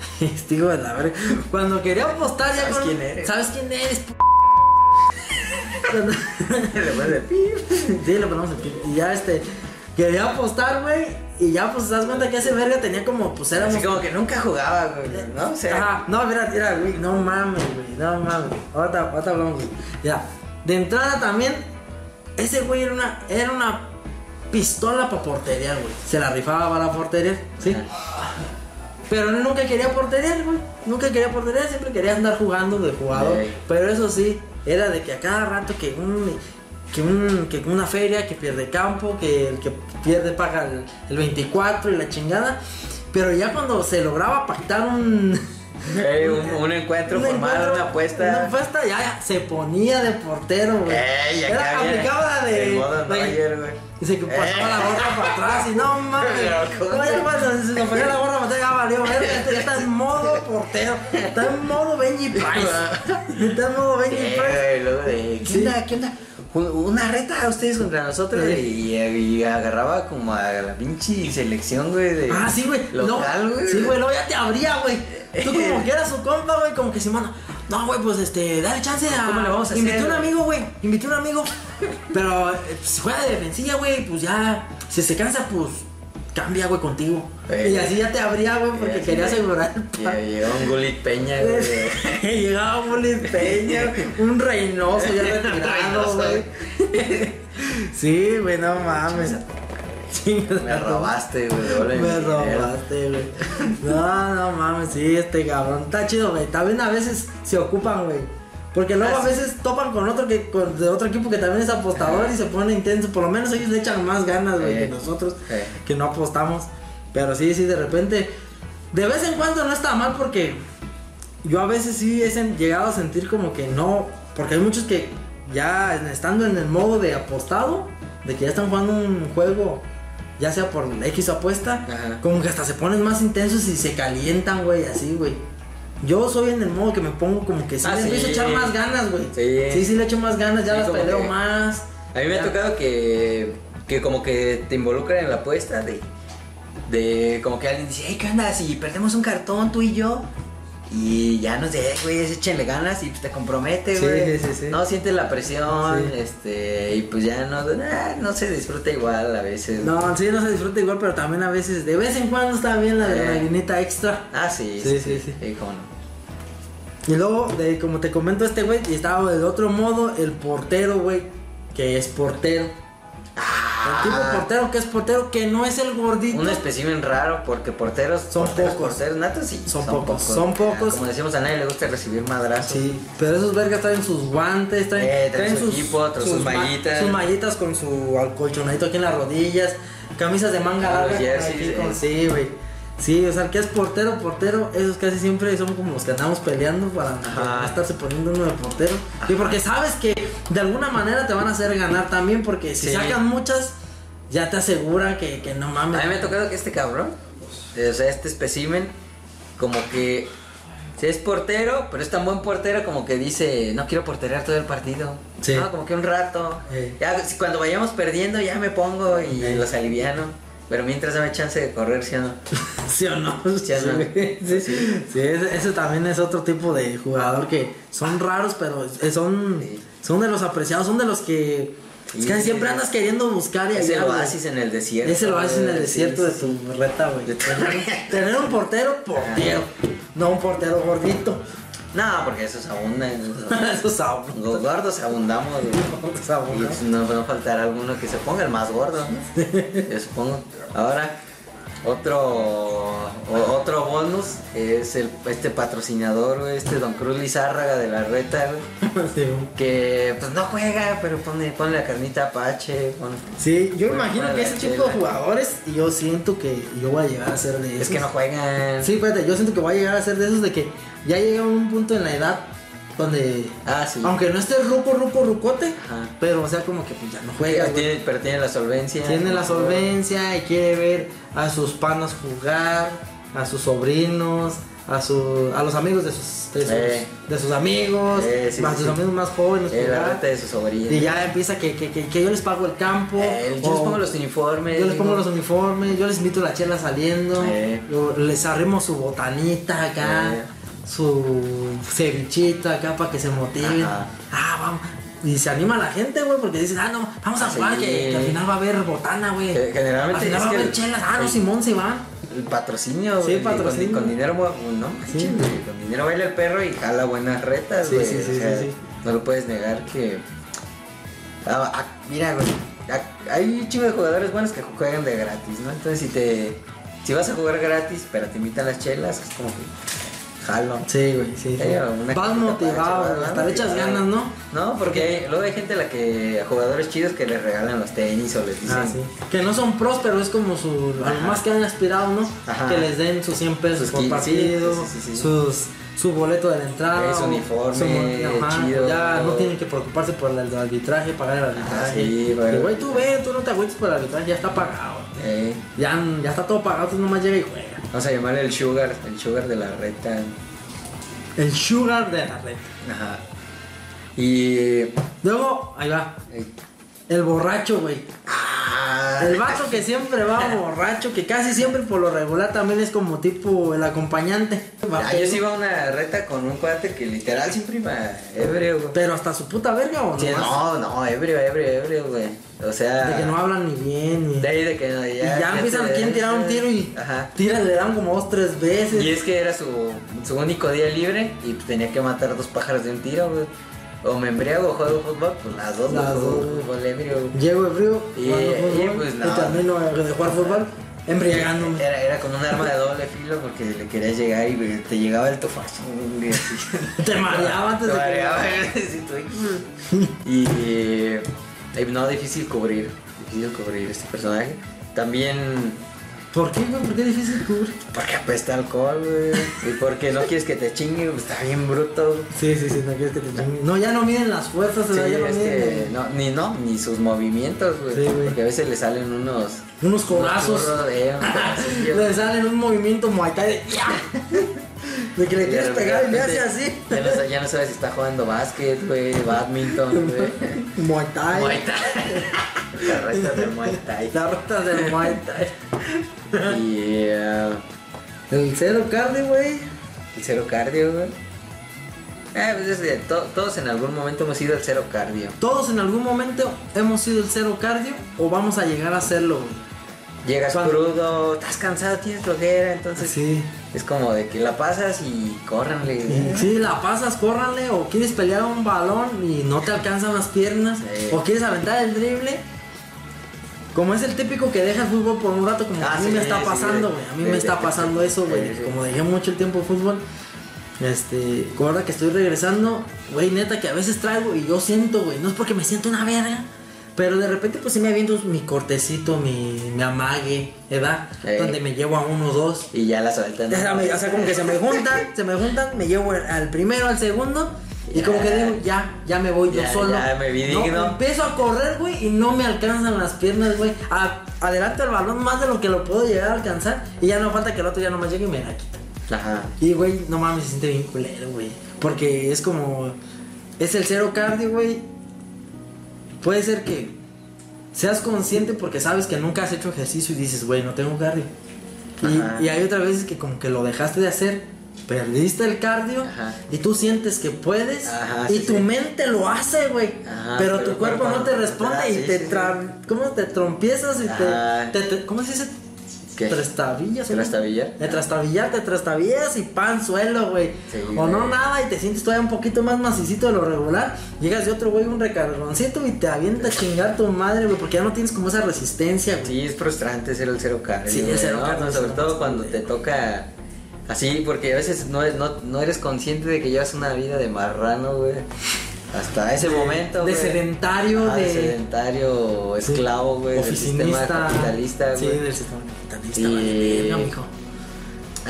Digo de la verga. Cuando quería apostar ya ¿Sabes con- quién eres? ¿Sabes quién eres? p-? Cuando- Le pone el pi. sí, lo ponemos aquí. Y ya este. Quería apostar, güey. Y ya pues te das cuenta que ese verga tenía como, pues éramos. Así como que nunca jugaba, güey, ¿no? O sea, Eh, Ajá, no, mira, mira, güey, no mames, güey, no mames. Ahorita, ahorita hablamos, güey. Ya, de entrada también, ese güey era una, era una pistola para portería, güey. Se la rifaba para la portería, ¿sí? Pero él nunca quería portería, güey. Nunca quería portería, siempre quería andar jugando de jugador. Ey. Pero eso sí, era de que a cada rato que un... Que, un, que una feria, que pierde campo, que el que pierde paga el, el 24 y la chingada. Pero ya cuando se lograba pactar un... eh, un, un encuentro un formal, encuentro, una apuesta. Una apuesta, ya, ya, se ponía de portero, güey. Ey, acá Era, viene aplicaba la de... el modo güey, Neuer, güey. y se que pasaba Eh. la gorra para atrás y no mames. Pero, ¿cómo? No, ya cuando se nos ponía la gorra para atrás ya valió verga. Este ya está en modo portero. Está en modo Benji Price. Está en modo Benji Eh, Price. güey, luego de, ¿Qué Sí. onda? ¿Qué onda? Un- Una reta a ustedes contra nosotros Sí. y, y agarraba como a la pinche selección, güey. de Ah, sí, güey. Local, no, güey. Sí, güey, luego ya te abría, güey. Tú como que eras su compa, güey, como que se manda. No, güey, pues este, dale chance a. ¿Cómo le vamos a Invité hacer, un güey? amigo, güey. Invité un amigo. Pero eh, pues, juega de defensiva, güey. Pues ya. Si se cansa, pues cambia, güey, contigo. Ey. Y así ya te abría, güey, Y porque así, quería güey, asegurar el y pa- Llegó un Gulit Peña, güey. Llegaba un Peña, un reinoso ya retirado, Reinoso, güey. Sí, güey, no mames. Chingas Me a tu- robaste, güey. devuélveme mi Me dinero. robaste, güey. No, no mames, sí, este cabrón. Está chido, güey. También a veces se ocupan, güey. Porque luego Ah, a veces topan con otro que con de otro equipo que también es apostador y se pone intenso. Por lo menos ellos le echan más ganas, güey, Sí. que nosotros Sí. que no apostamos. Pero sí, sí, de repente. De vez en cuando no está mal porque yo a veces sí he sen- llegado a sentir como que no. Porque hay muchos que ya en- estando en el modo de apostado, de que ya están jugando un juego, ya sea por X apuesta, Ajá. como que hasta se ponen más intensos y se calientan, güey, así, güey. Yo soy en el modo que me pongo como que sí Ah, le sí. empiezo a echar más ganas, güey. Sí. sí, le echo más ganas, ya Sí, las como peleo que- más. A mí me ha Ya. tocado que, que como que te involucran en la apuesta de, de como que alguien dice, hey, ¿qué onda? Si perdemos un cartón tú y yo y ya nos de, "Eh, güey, échenle ganas y pues te compromete, Sí, güey. sí, sí, sí. No sientes la presión, Sí. este, y pues ya no, ah, no se disfruta igual a veces. No, sí, no se disfruta igual, pero también a veces, de vez en cuando está bien la Eh. adrenalinita extra. Ah, sí, Sí, sí, sí. cómo no. Y luego, de, como te comento, este güey estaba del otro modo, el portero, güey. que es portero. El tipo Ah. portero que es portero, que no es el gordito. Un espécimen raro porque porteros Son porteros, pocos. Porteros natos sí. Son pocos, son pocos. Como decimos a nadie le gusta recibir madrazos. Sí, pero esos vergas traen sus guantes, traen, Eh, traen su equipo, traen sus ma- mallitas. Sus mallitas con su alcolchonadito aquí en las rodillas, camisas de manga Ah, larga. los con jerseys, aquí con- eh. sí, güey. Sí, o sea, el que es portero, portero, esos casi siempre son como los que andamos peleando para Ajá. estarse poniendo uno de portero. Y porque sabes que de alguna manera te van a hacer ganar también, porque si Sí. sacan muchas, ya te aseguran que, que no mames. A mí me ha tocado que este cabrón, eh, o sea, este espécimen, como que si es portero, pero es tan buen portero como que dice, no quiero porterear todo el partido. Sí. No, como que un rato. Eh. Ya si cuando vayamos perdiendo ya me pongo y los aliviano. Pero mientras dame chance de correr, ¿sí o no? ¿Sí o no? Sí o no. Sí, sí. Sí, ese, ese también es otro tipo de jugador que son raros, pero es- son, Sí. son de los apreciados, son de los que es que Sí. siempre andas queriendo buscar y Es el hallar, güey. oasis en el desierto. Es el oasis en el Sí, desierto de sí, tu reta, güey. De tu Tener- Tener un portero, portero. No un portero gordito. No, porque esos abundan. Esos sabores. Los gordos abundamos. güey. esos sabores. Y no va a faltar alguno que se ponga el más gordo. Yo supongo. Ahora, otro o- otro bonus es el, este patrocinador, güey, este Don Cruz Lizárraga de la reta, güey, Sí, güey. que pues no juega, pero pone, pone la carnita Apache. pone- Sí, yo Bueno, imagino para que la ese tipo de chela. jugadores, yo siento que yo voy a llegar a ser de esos. Es que no juegan. Sí, espérate, yo siento que voy a llegar a ser de esos de que ya llega un punto en la edad donde, Ah, sí. aunque no esté ruco, ruco, rucote, Ajá. pero o sea, como que pues ya no juega. Juega, güey. tiene- pero tiene la solvencia. Tiene la solvencia y quiere ver a sus panos jugar, a sus sobrinos, a, su, a los amigos de sus, de sus, Eh. de sus amigos, Eh, sí, a sí, sus sí. amigos más jóvenes. Eh, la jugar. reta de su sobrina. pues, y ya empieza que, que, que- que yo les pago el campo. Eh, yo les o- pongo los uniformes. yo les pongo digo, los uniformes, yo les invito la chela saliendo, Eh. yo- les arrimo su botanita acá, Eh. su cevichito acá para que se motiven. Ajá. Ah, vamos. Y se anima la gente, güey, porque dicen, ah, no, vamos a Sí. jugar, que, que al final va a haber botana, güey. Eh, generalmente Al final es va a que haber el- chelas, ah, no, el- Simón se va. El patrocinio, Sí, güey, y con- patrocinio. Con, dinero, güey, no, Sí. manches, güey, con dinero baila el perro y jala buenas retas, Sí, güey. sí, sí, o sea, sí, sí. No lo puedes negar que. Ah, ah, mira, güey. ah, hay un chingo de jugadores buenos que juegan de gratis, ¿no? Entonces, si te. Si vas a jugar gratis, pero te invitan las chelas, es como que. Jalo. Sí, güey, sí. Hay alguna Vas cosita para motivado, chaval, güey, ¿no? hasta le echas Sí. ganas, ¿no? No, porque hay- luego hay gente a la que. A jugadores chidos que les regalan los tenis o les dicen. Ah, sí. Que no son pros, pero es como su, a lo Ajá. más que han aspirado, ¿no? Ajá. Que les den sus 100 pesos Sus por 15, sí, partido, sí, sí, sí. Sus, su boleto de la entrada. Eh, su o- uniforme, mon- chido, Ya no todo. Ah, tienen que preocuparse por el, el arbitraje, pagar el arbitraje. sí, bueno. Y, güey, tú ve, tú no te agüites por el arbitraje, ya está pagado. Eh, Ya, ya está todo pagado, tú nomás llega y juega. vamos a llamarle el Sugar, el Sugar de la reta. El sugar de la red. Ajá. Y. Luego, ahí va. eh, El borracho, güey. ah, El vato que siempre va borracho, que casi siempre por lo regular también es como tipo el acompañante. Va Ah, yo sí iba a una reta con un cuate que literal siempre iba ebrio, güey. Pero hasta su puta verga o no. Sí, no, no, ebrio, ebrio, ebrio, güey. O sea. De que no hablan ni bien. ni- de ahí de que no, y ya, empiezan te- aquí a tirar un tiro y Ajá. tira, le dan como dos, tres veces. Y es que era su, su único día libre y tenía que matar dos pájaros de un tiro, güey. O me embriago o juego fútbol, pues las dos, Las las dos, dos, güey. fútbol ebrio, güey. Llego de frío, Y- jugando y fútbol, pues no. Eh, termino de jugar fútbol embriagándome. Era, era con un arma de doble filo porque le querías llegar y güey, te llegaba el tofazo. güey, así. Te mareaba antes de Te que- mareaba, güey, sí, tú- Y eh, no, difícil cubrir. Difícil cubrir este personaje. También ¿Por qué, güey? ¿Por qué es difícil cubrir? porque apesta alcohol, güey. Y porque no quieres que te chingue, güey, está bien bruto. güey. Sí, sí, sí, no quieres que te chinguen. No, ya no miden las fuerzas, o sea, Sí, ya no es que miden. no, ni no, ni sus movimientos, güey. Sí, güey. Porque a veces le salen unos. Unos unos codazos. churros, eh, unos pedacillos. Le salen un movimiento muay thai de ¡ya! De que le Y quieres de pegar y le hace repente así. Ya no, sa- ya no sabes si está jugando básquet, güey, badminton, güey. Muay thai. Muay Thai. Carretas de Muay Thai. La ruta del Muay Thai. Y eh, El cero cardio, güey. el cero cardio, güey. Eh, pues es de to- todos en algún momento hemos ido al cero cardio. Todos en algún momento hemos sido el cero cardio o vamos a llegar a hacerlo, güey. Llegas Cuando- crudo, estás cansado, tienes flojera, entonces Sí. es como de que la pasas y córranle. Y Si la pasas, córranle, o quieres pelear un balón y no te alcanzan las piernas, Sí. o quieres aventar el drible. Como es el típico que deja el fútbol por un rato, como Ah, a mí sí, me está sí, pasando, sí, güey. A sí, mí me sí, está sí, pasando sí, eso, sí, güey. sí, sí. Como dejé mucho el tiempo de fútbol, este, como ahora que estoy regresando, güey, neta que a veces traigo y yo siento, güey, no es porque me siento una verga, pero de repente pues sí me aviento mi cortecito, mi, mi amague, ¿verdad? Ey. Donde me llevo a uno o dos. Y ya la sueltan. O sea, me- o sea, como que se me juntan, se me juntan, me llevo al- al primero, al segundo. Y Ya. como que digo, ya, ya me voy yo Ya, solo. ya me vi No, digno. empiezo a correr, güey, y no me alcanzan las piernas, güey. A- Adelanto el balón más de lo que lo puedo llegar a alcanzar. Y ya no falta que el otro ya nomás llegue y me la quita. Ajá. Y, güey, no mames, se siente bien culero, güey. Porque es como. Es el cero cardio, güey. Puede ser que seas consciente porque sabes que nunca has hecho ejercicio y dices, güey, no tengo cardio. Ajá. Y, y hay otras veces que, como que lo dejaste de hacer, perdiste el cardio Ajá. y tú sientes que puedes Ajá, y sí, tu sí. mente lo hace, güey. Ajá, Pero, pero tu el cuerpo cuerpo no te no te responde da, y sí, te, sí, tra- ¿cómo te trompiezas y Ajá. te, te- te- ¿Cómo se dice? ¿Qué? Trastabillas. ¿o cómo? ¿Trastabillar? De trastabillar, te trastabillas y pan suelo, güey. Sí, o no güey. nada y te sientes todavía un poquito más macicito de lo regular. Llegas de otro güey un recargoncito y te avienta a chingar tu madre, güey, porque ya no tienes como esa resistencia, güey. Sí, es frustrante ser el cero cardio. Sí, el güey, cero ¿no? cardio es Sobre lo todo más cuando te culero. toca así, porque a veces no, es- no, no eres consciente de que llevas una vida de marrano, güey. Hasta ese De- momento, de güey. sedentario, Ajá, de... de- sedentario, esclavo, güey. Del sistema Oficinista. capitalista, Sí, güey. del sistema capitalista, Y- vale, verga, mijo.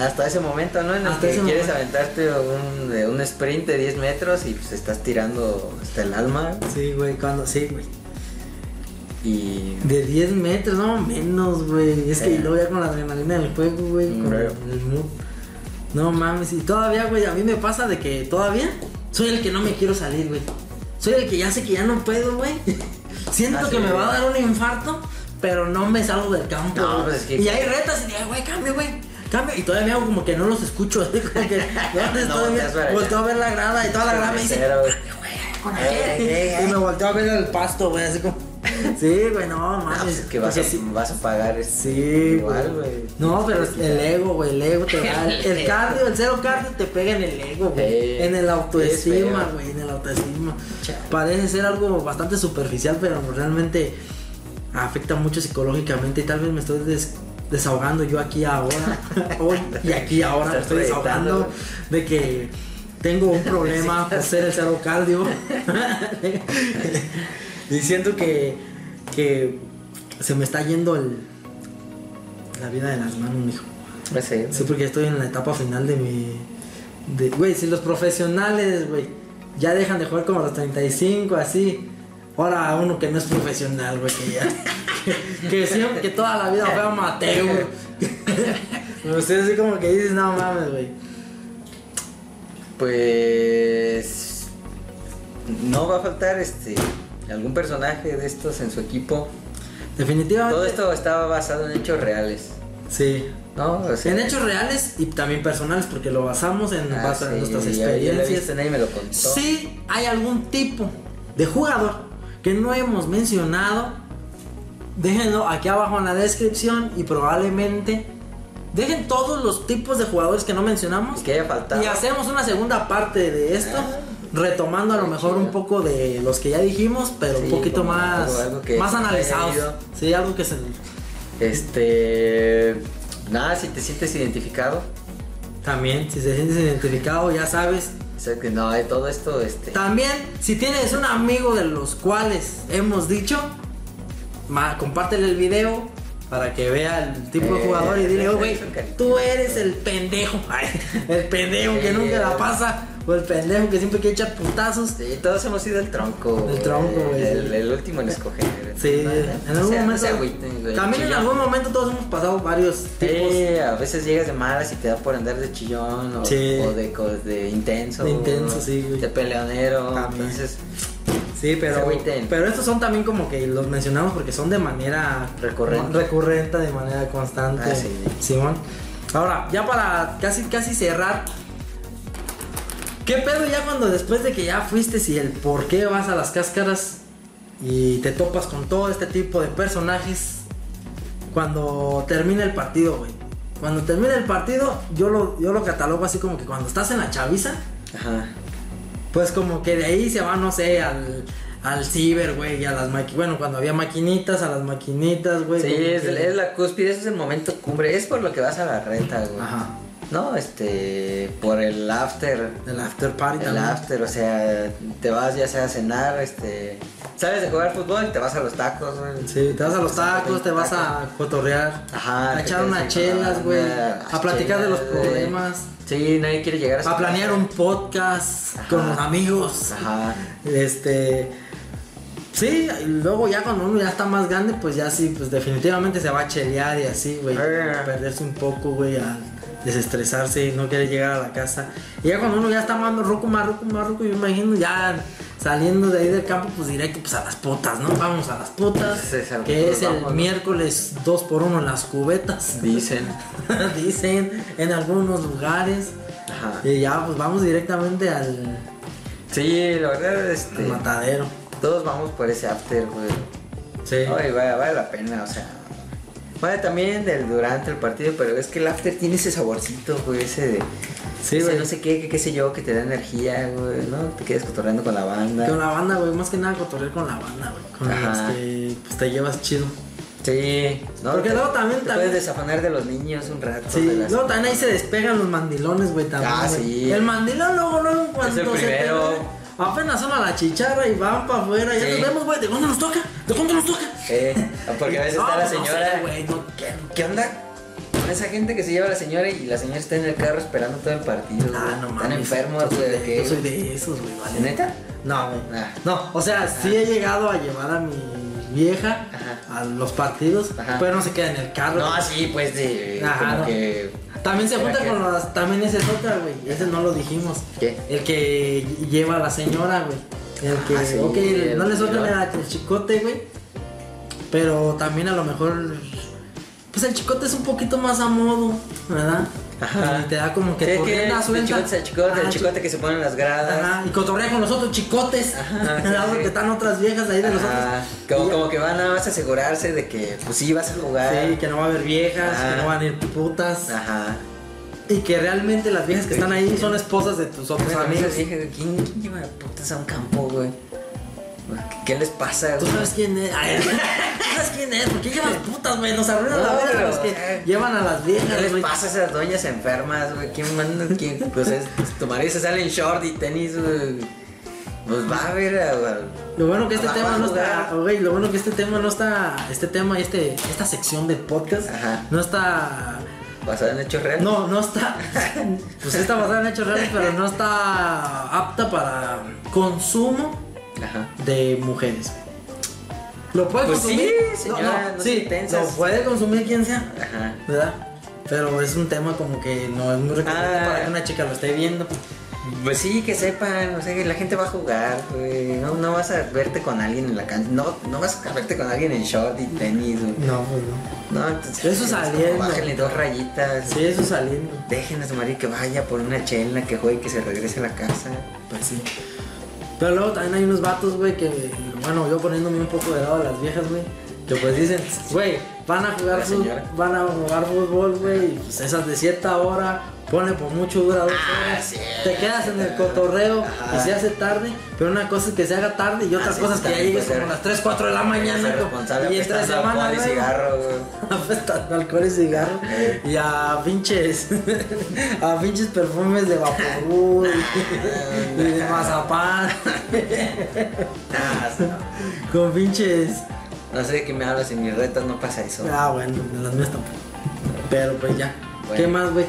Hasta ese momento, ¿no? En el Hasta que ese quieres momento. aventarte un, de un sprint de 10 metros y pues estás tirando hasta el alma. Sí, güey, cuando, sí, güey. Y De 10 metros, no menos, güey. Es que Sí. luego ya con la adrenalina del juego, güey. Eh. Mm, Con creo. el mood. No mames, y todavía, güey, a mí me pasa de que todavía soy el que no me quiero salir, güey. Soy el que ya sé que ya no puedo, güey. Siento Ah, que sí. me va a dar un infarto, pero no me salgo del campo. No, güey. pues es que- Y hay retas y digo, "Ay, güey, cambio, güey. Cambio. Y todavía me hago como que no los escucho. así Como que, ¿dónde No, estoy? volteas para allá. Volteo a ver la grada y toda la grada me dice, Cero, Eh, güey. con aquel. Y me volteó a ver el pasto, güey, así como. Sí, güey, no, Ah, pues mames. es que vas a, Porque sí- vas a pagar es- Sí, igual, güey. güey. No, pero es el ego, güey, el ego te va. El, el cardio, el cero cardio te pega en el ego, güey. Sí, en el autoestima, es feo. güey, en el autoestima. Chale. Parece ser algo bastante superficial, pero realmente afecta mucho psicológicamente y tal vez me estoy des- desahogando yo aquí ahora. hoy y aquí ahora me Estás estoy desahogando de que tengo un problema por ser el cero cardio. y siento que, que se me está yendo el, la vida de las manos, mijo. Pues sí, Sí, porque estoy en la etapa final de mi. de- Güey, si los profesionales, güey, ya dejan de jugar como a los 35, así. Ahora uno que no es profesional, güey, que ya. que, que siempre, que toda la vida fue amateur. güey. Usted así como que dices, no mames, güey. Pues no va a faltar este algún personaje de estos en su equipo. Definitivamente. Todo esto estaba basado en hechos reales, Sí. ¿no? O sea, En hechos reales y también personales, porque lo basamos en, ah, base a sí, nuestras ya- ya lo he visto, experiencias. nadie me lo contó. Sí hay algún tipo de jugador que no hemos mencionado. Déjenlo aquí abajo en la descripción y probablemente dejen todos los tipos de jugadores que no mencionamos. Que haya faltado. Y hacemos una segunda parte de esto. Ah, Retomando a lo mejor un poco de los que ya dijimos, pero un Sí, poquito como más, algo que más se haya analizados. ido. Sí, algo que se. Este nada, si te sientes identificado, También, si se sientes identificado, ya sabes, o sea que no, de todo esto este También, si tienes un amigo de los cuales hemos dicho, ma- compártele el video para que vea el tipo de Eh, jugador y dile, eso, "Oh, güey, eso, carita". tú eres el pendejo, Ay, el pendejo que Sí, nunca la eh. pasa, o el pendejo que siempre quiere echar putazos. Sí, todos hemos sido el tronco. El tronco, güey, El, sí. el último en escoger. Sí, No, no, en no algún sea- no momento. sea agüiten, güey, También en chillón. algún momento todos hemos pasado varios tipos Sí, a veces llegas de malas y te da por andar de chillón o, Sí. o de, co- de intenso. De intenso, sí, güey. De peleonero. También. Entonces, Sí, Se pero, agüiten. pero estos son también como que los mencionamos porque son de manera Recurrente. recurrente de manera constante. Ah, sí. Simón. Ahora, ya para casi casi cerrar. ¿Qué pedo ya cuando después de que ya fuiste y el por qué vas a las cáscaras y te topas con todo este tipo de personajes? cuando termina el partido, güey. Cuando termina el partido, yo lo, yo lo catalogo así como que cuando estás en la chaviza, Ajá. pues como que de ahí se va, no sé, al, al ciber, güey, y a las maquinitas. Bueno, cuando había maquinitas, a las maquinitas, güey. Sí, como es, que- es la cúspide, ese es el momento cumbre. Es por lo que vas a la reta, güey. Ajá. No, este. Por el after. El after party El también. after, o sea, te vas ya sea a cenar, este. Sabes de jugar fútbol y te vas a los tacos, güey. Sí, te vas a los tacos, te vas a cotorrear. Ajá, a te echar quedas unas ahí chelas, con güey. una- A platicar de los chelas, güey. problemas. Sí, nadie quiere llegar a su A planear casa. un podcast con los amigos. Ajá. Este. Sí, y luego ya cuando uno ya está más grande, pues ya sí, pues definitivamente se va a chelear y así, güey. Eh. Perderse un poco, güey, a desestresarse y no quiere llegar a la casa. Y ya cuando uno ya está más roco, más roco, más roco, yo imagino ya saliendo de ahí del campo, pues directo, pues a las putas, ¿no? Vamos a las putas. Sí, sí, sí, que es el vamos, ¿no? miércoles 2 por 1 en las cubetas. Dicen. Dicen en algunos lugares. Ajá. Y ya, pues vamos directamente al, Sí, la verdad, al este. matadero. Todos vamos por ese after, güey. Sí. Ay, vale, vale la pena, o sea. Vale también del durante el partido, pero es que el after tiene ese saborcito, güey, ese de. Sí, ese güey. no sé qué, que qué sé yo, que te da energía, güey, ¿no? Te quedas cotorreando con la banda. Con la banda, güey, más que nada cotorrear con la banda, güey. Con Ajá. los que pues, te llevas chido. Sí, ¿no? Porque Te- luego también- te también- Puedes desafanar de los niños un rato. Sí, de las- luego también ahí se despegan los mandilones, güey, también. Ah, güey. sí. El mandilón luego, luego, en cuanto el se te primero. ve, apenas son a la chicharra y van para afuera. Ya Sí. nos vemos, güey, ¿de cuándo nos toca? ¿De cuándo nos toca? Eh, porque a veces No, está la pues, no sé, señora. güey, no, qué- ¿Qué onda? Con esa gente que se lleva a la señora y la señora está en el carro esperando todo el partido. Ah, no Están mames. enfermos, yo soy güey. de- ¿qué? Yo soy de esos, güey, vale. ¿Neta? No, güey. Ah. No, o sea, sí he llegado a llevar a mi vieja Ajá. a los partidos, Ajá. pero no se queda en el carro. No, así pues de. Ajá, como no. que. También se ¿Será junta que- con las. También ese es otra, güey. Ese no lo dijimos. ¿Qué? El que lleva a la señora, güey. El que. Ah, sí, ok, el no le sueltan señor. el chicote, güey. Pero también a lo mejor. Pues el chicote es un poquito más a modo, ¿verdad? Ajá. Y te da como que Sí, es tu que rienda el chicote, el chicote, el Ah, chicote que se pone en las gradas. Ajá, y cotorrea con los otros chicotes. Ajá, Al lado sí. que están otras viejas ahí de los Ajá, otros. Como, Y- como que van nada más a asegurarse de que, pues sí, vas a jugar. Sí, que no va a haber viejas, Ajá. que no van a ir putas. Ajá. Y que realmente las viejas que están ahí son esposas de tus otros Bueno, amigos. entonces dije, ¿quién, quién lleva putas a un campo, güey? ¿Qué, qué les pasa, ¿Tú güey? sabes quién es? Ay, ¿Tú sabes quién es? ¿Por qué llevan putas, güey? Nos arruinan No, la vida pero- los que llevan a las viejas, ¿Qué les güey. pasa a esas doñas enfermas, güey? ¿Quién manda? ¿Quién? Pues es, tu marido se sale en short y tenis, güey. Pues va a ver, a- a- Lo bueno que este Va- va tema a no está, jugar. güey, lo bueno que este tema no está, este tema, este, esta sección del podcast Ajá. no está, basado en hechos reales. no, no está, pues está basada en hechos reales, pero no está apta para consumo Ajá. de mujeres. Lo puede Pues consumir, sí, No, señora, no, no sí, sean tensas. lo puede consumir quien sea. Ajá. ¿verdad? Pero es un tema como que no es muy recomendable Ah. para que una chica lo esté viendo. Pues sí, que sepan, o sea, que la gente va a jugar, güey. No, no vas a verte con alguien en la cancha. No, no vas a verte con alguien en short y tenis, güey. No, pues no. No, entonces. Eso es como, saliendo. Bájenle dos rayitas. Sí, eso saliendo. Dejen a su marido que vaya por una chela, que juegue y que se regrese a la casa. Pues sí. Pero luego también hay unos vatos, güey, que, bueno, yo poniéndome un poco de lado a las viejas, güey, que pues dicen, güey, van a jugar La fut- señora. van a jugar fútbol, güey, y pues esas de cierta hora, pone por mucho dura dos Ah, horas, sí. te quedas en el cotorreo Ajá. y se hace tarde, pero una cosa es que se haga tarde y otra Ah, sí, cosa es que ya también llegues puede como a ser. las 3, 4 de la Ser mañana responsable y entre apestando alcohol semana, y güey, cigarro, güey. apestando alcohol y cigarro y a pinches a pinches perfumes de vapor y de mazapán Ah, no. con pinches No sé de qué me hablas, en mis retas no pasa eso. ah bueno de las mías tampoco pero pues ya Bueno. qué más güey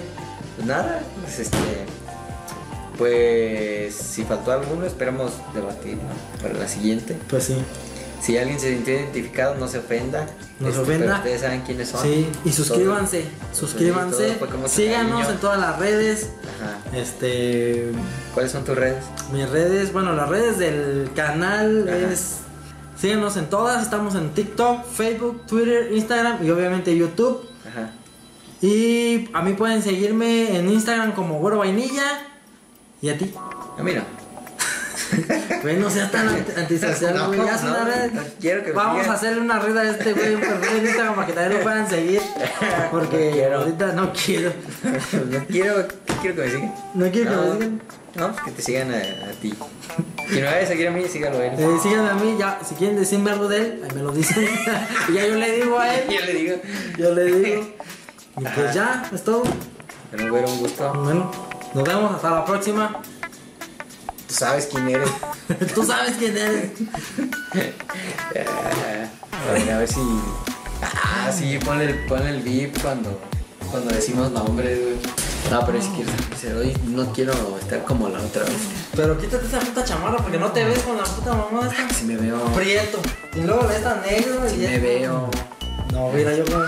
Pues nada, pues este. Pues si faltó alguno, esperamos debatir ¿no? para la siguiente. pues sí Si alguien se sintió identificado, no se ofenda. No se Este, ofenda. pero ustedes saben quiénes son. sí y Todo- suscríbanse suscríbanse todo fue como su síganos cariño. en todas las redes Ajá. este ¿Cuáles son tus redes? mis redes bueno las redes del canal Ajá. es síganos en todas estamos en TikTok Facebook Twitter Instagram y obviamente YouTube Ajá. Y a mí pueden seguirme en Instagram como Güero Vainilla. ¿Y a ti? A mí no. Güey, no seas tan anti- antisocial, No, güey. Ya es no, una red. no quiero que me Vamos sigan. a hacerle una red a este güey en perfil de Instagram para que también lo puedan seguir. Porque No quiero. ahorita no quiero. Quiero, ¿qué quiero que me sigan? No quiero que me sigan. No, pues que te sigan a, a ti. Si no vayas a seguir a mí, sígalo a él. Eh, síganme a mí, ya, si quieren decirme algo de él, ahí me lo dicen. y ya yo le digo a él. Yo le digo. Yo le digo. Y pues ya, es todo. Bueno, güero, un gusto. Bueno, nos vemos hasta la próxima. Tú sabes quién eres. Tú sabes quién eres. Ah, a ver, a ver si. Ah, sí, ponle, el- ponle el beep cuando, cuando decimos nombres, güey. No, pero es que se doy, no quiero estar como la otra vez. Pero quítate esa puta chamarra porque no te ves con la puta mamá esta. Si me veo. Prieto. Y luego le está negro y Me ya. veo. No, mira, yo como.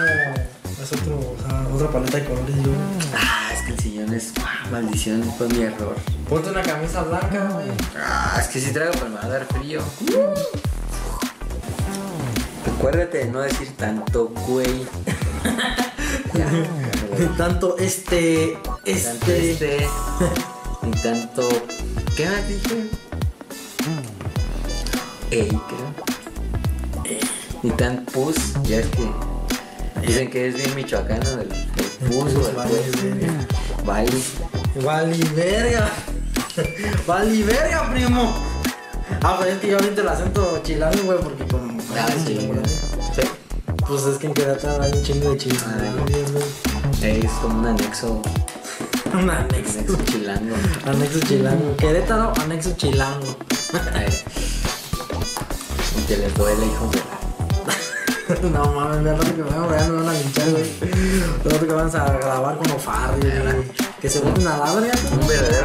Es otro, o sea, otra paleta de colores. Yo. Ah, es que el sillón es. ah, maldición, fue mi error. Ponte una camisa blanca, güey. Ah, es que si traigo, pues me va a dar frío. Acuérdate Mm. de no decir tanto, güey. Ya, güey. Tanto este. Ni tanto Este. este, ni tanto. ¿Qué más dije? Ey, creo. Ni tan pus, ya es que. Dicen que es bien michoacano el, el pus o el Vale, verga. pues. Vale. Vali verga. Vali verga, primo. Ah, pues es que yo ahorita el acento chilango, güey, porque como. Ah, sí. Sí. Pues es que en Querétaro hay un chingo de chilango. Ah, Es como un anexo, Un un anexo. anexo chilango. Anexo chilango. Querétaro, anexo chilango. Ay, eh, Y que les duele, hijos de la. No mames, me rato que me van a regar, me van a linchar, güey. Me rato que van a grabar con los farrios, güey. Que se ponen a la verga. Un verdadero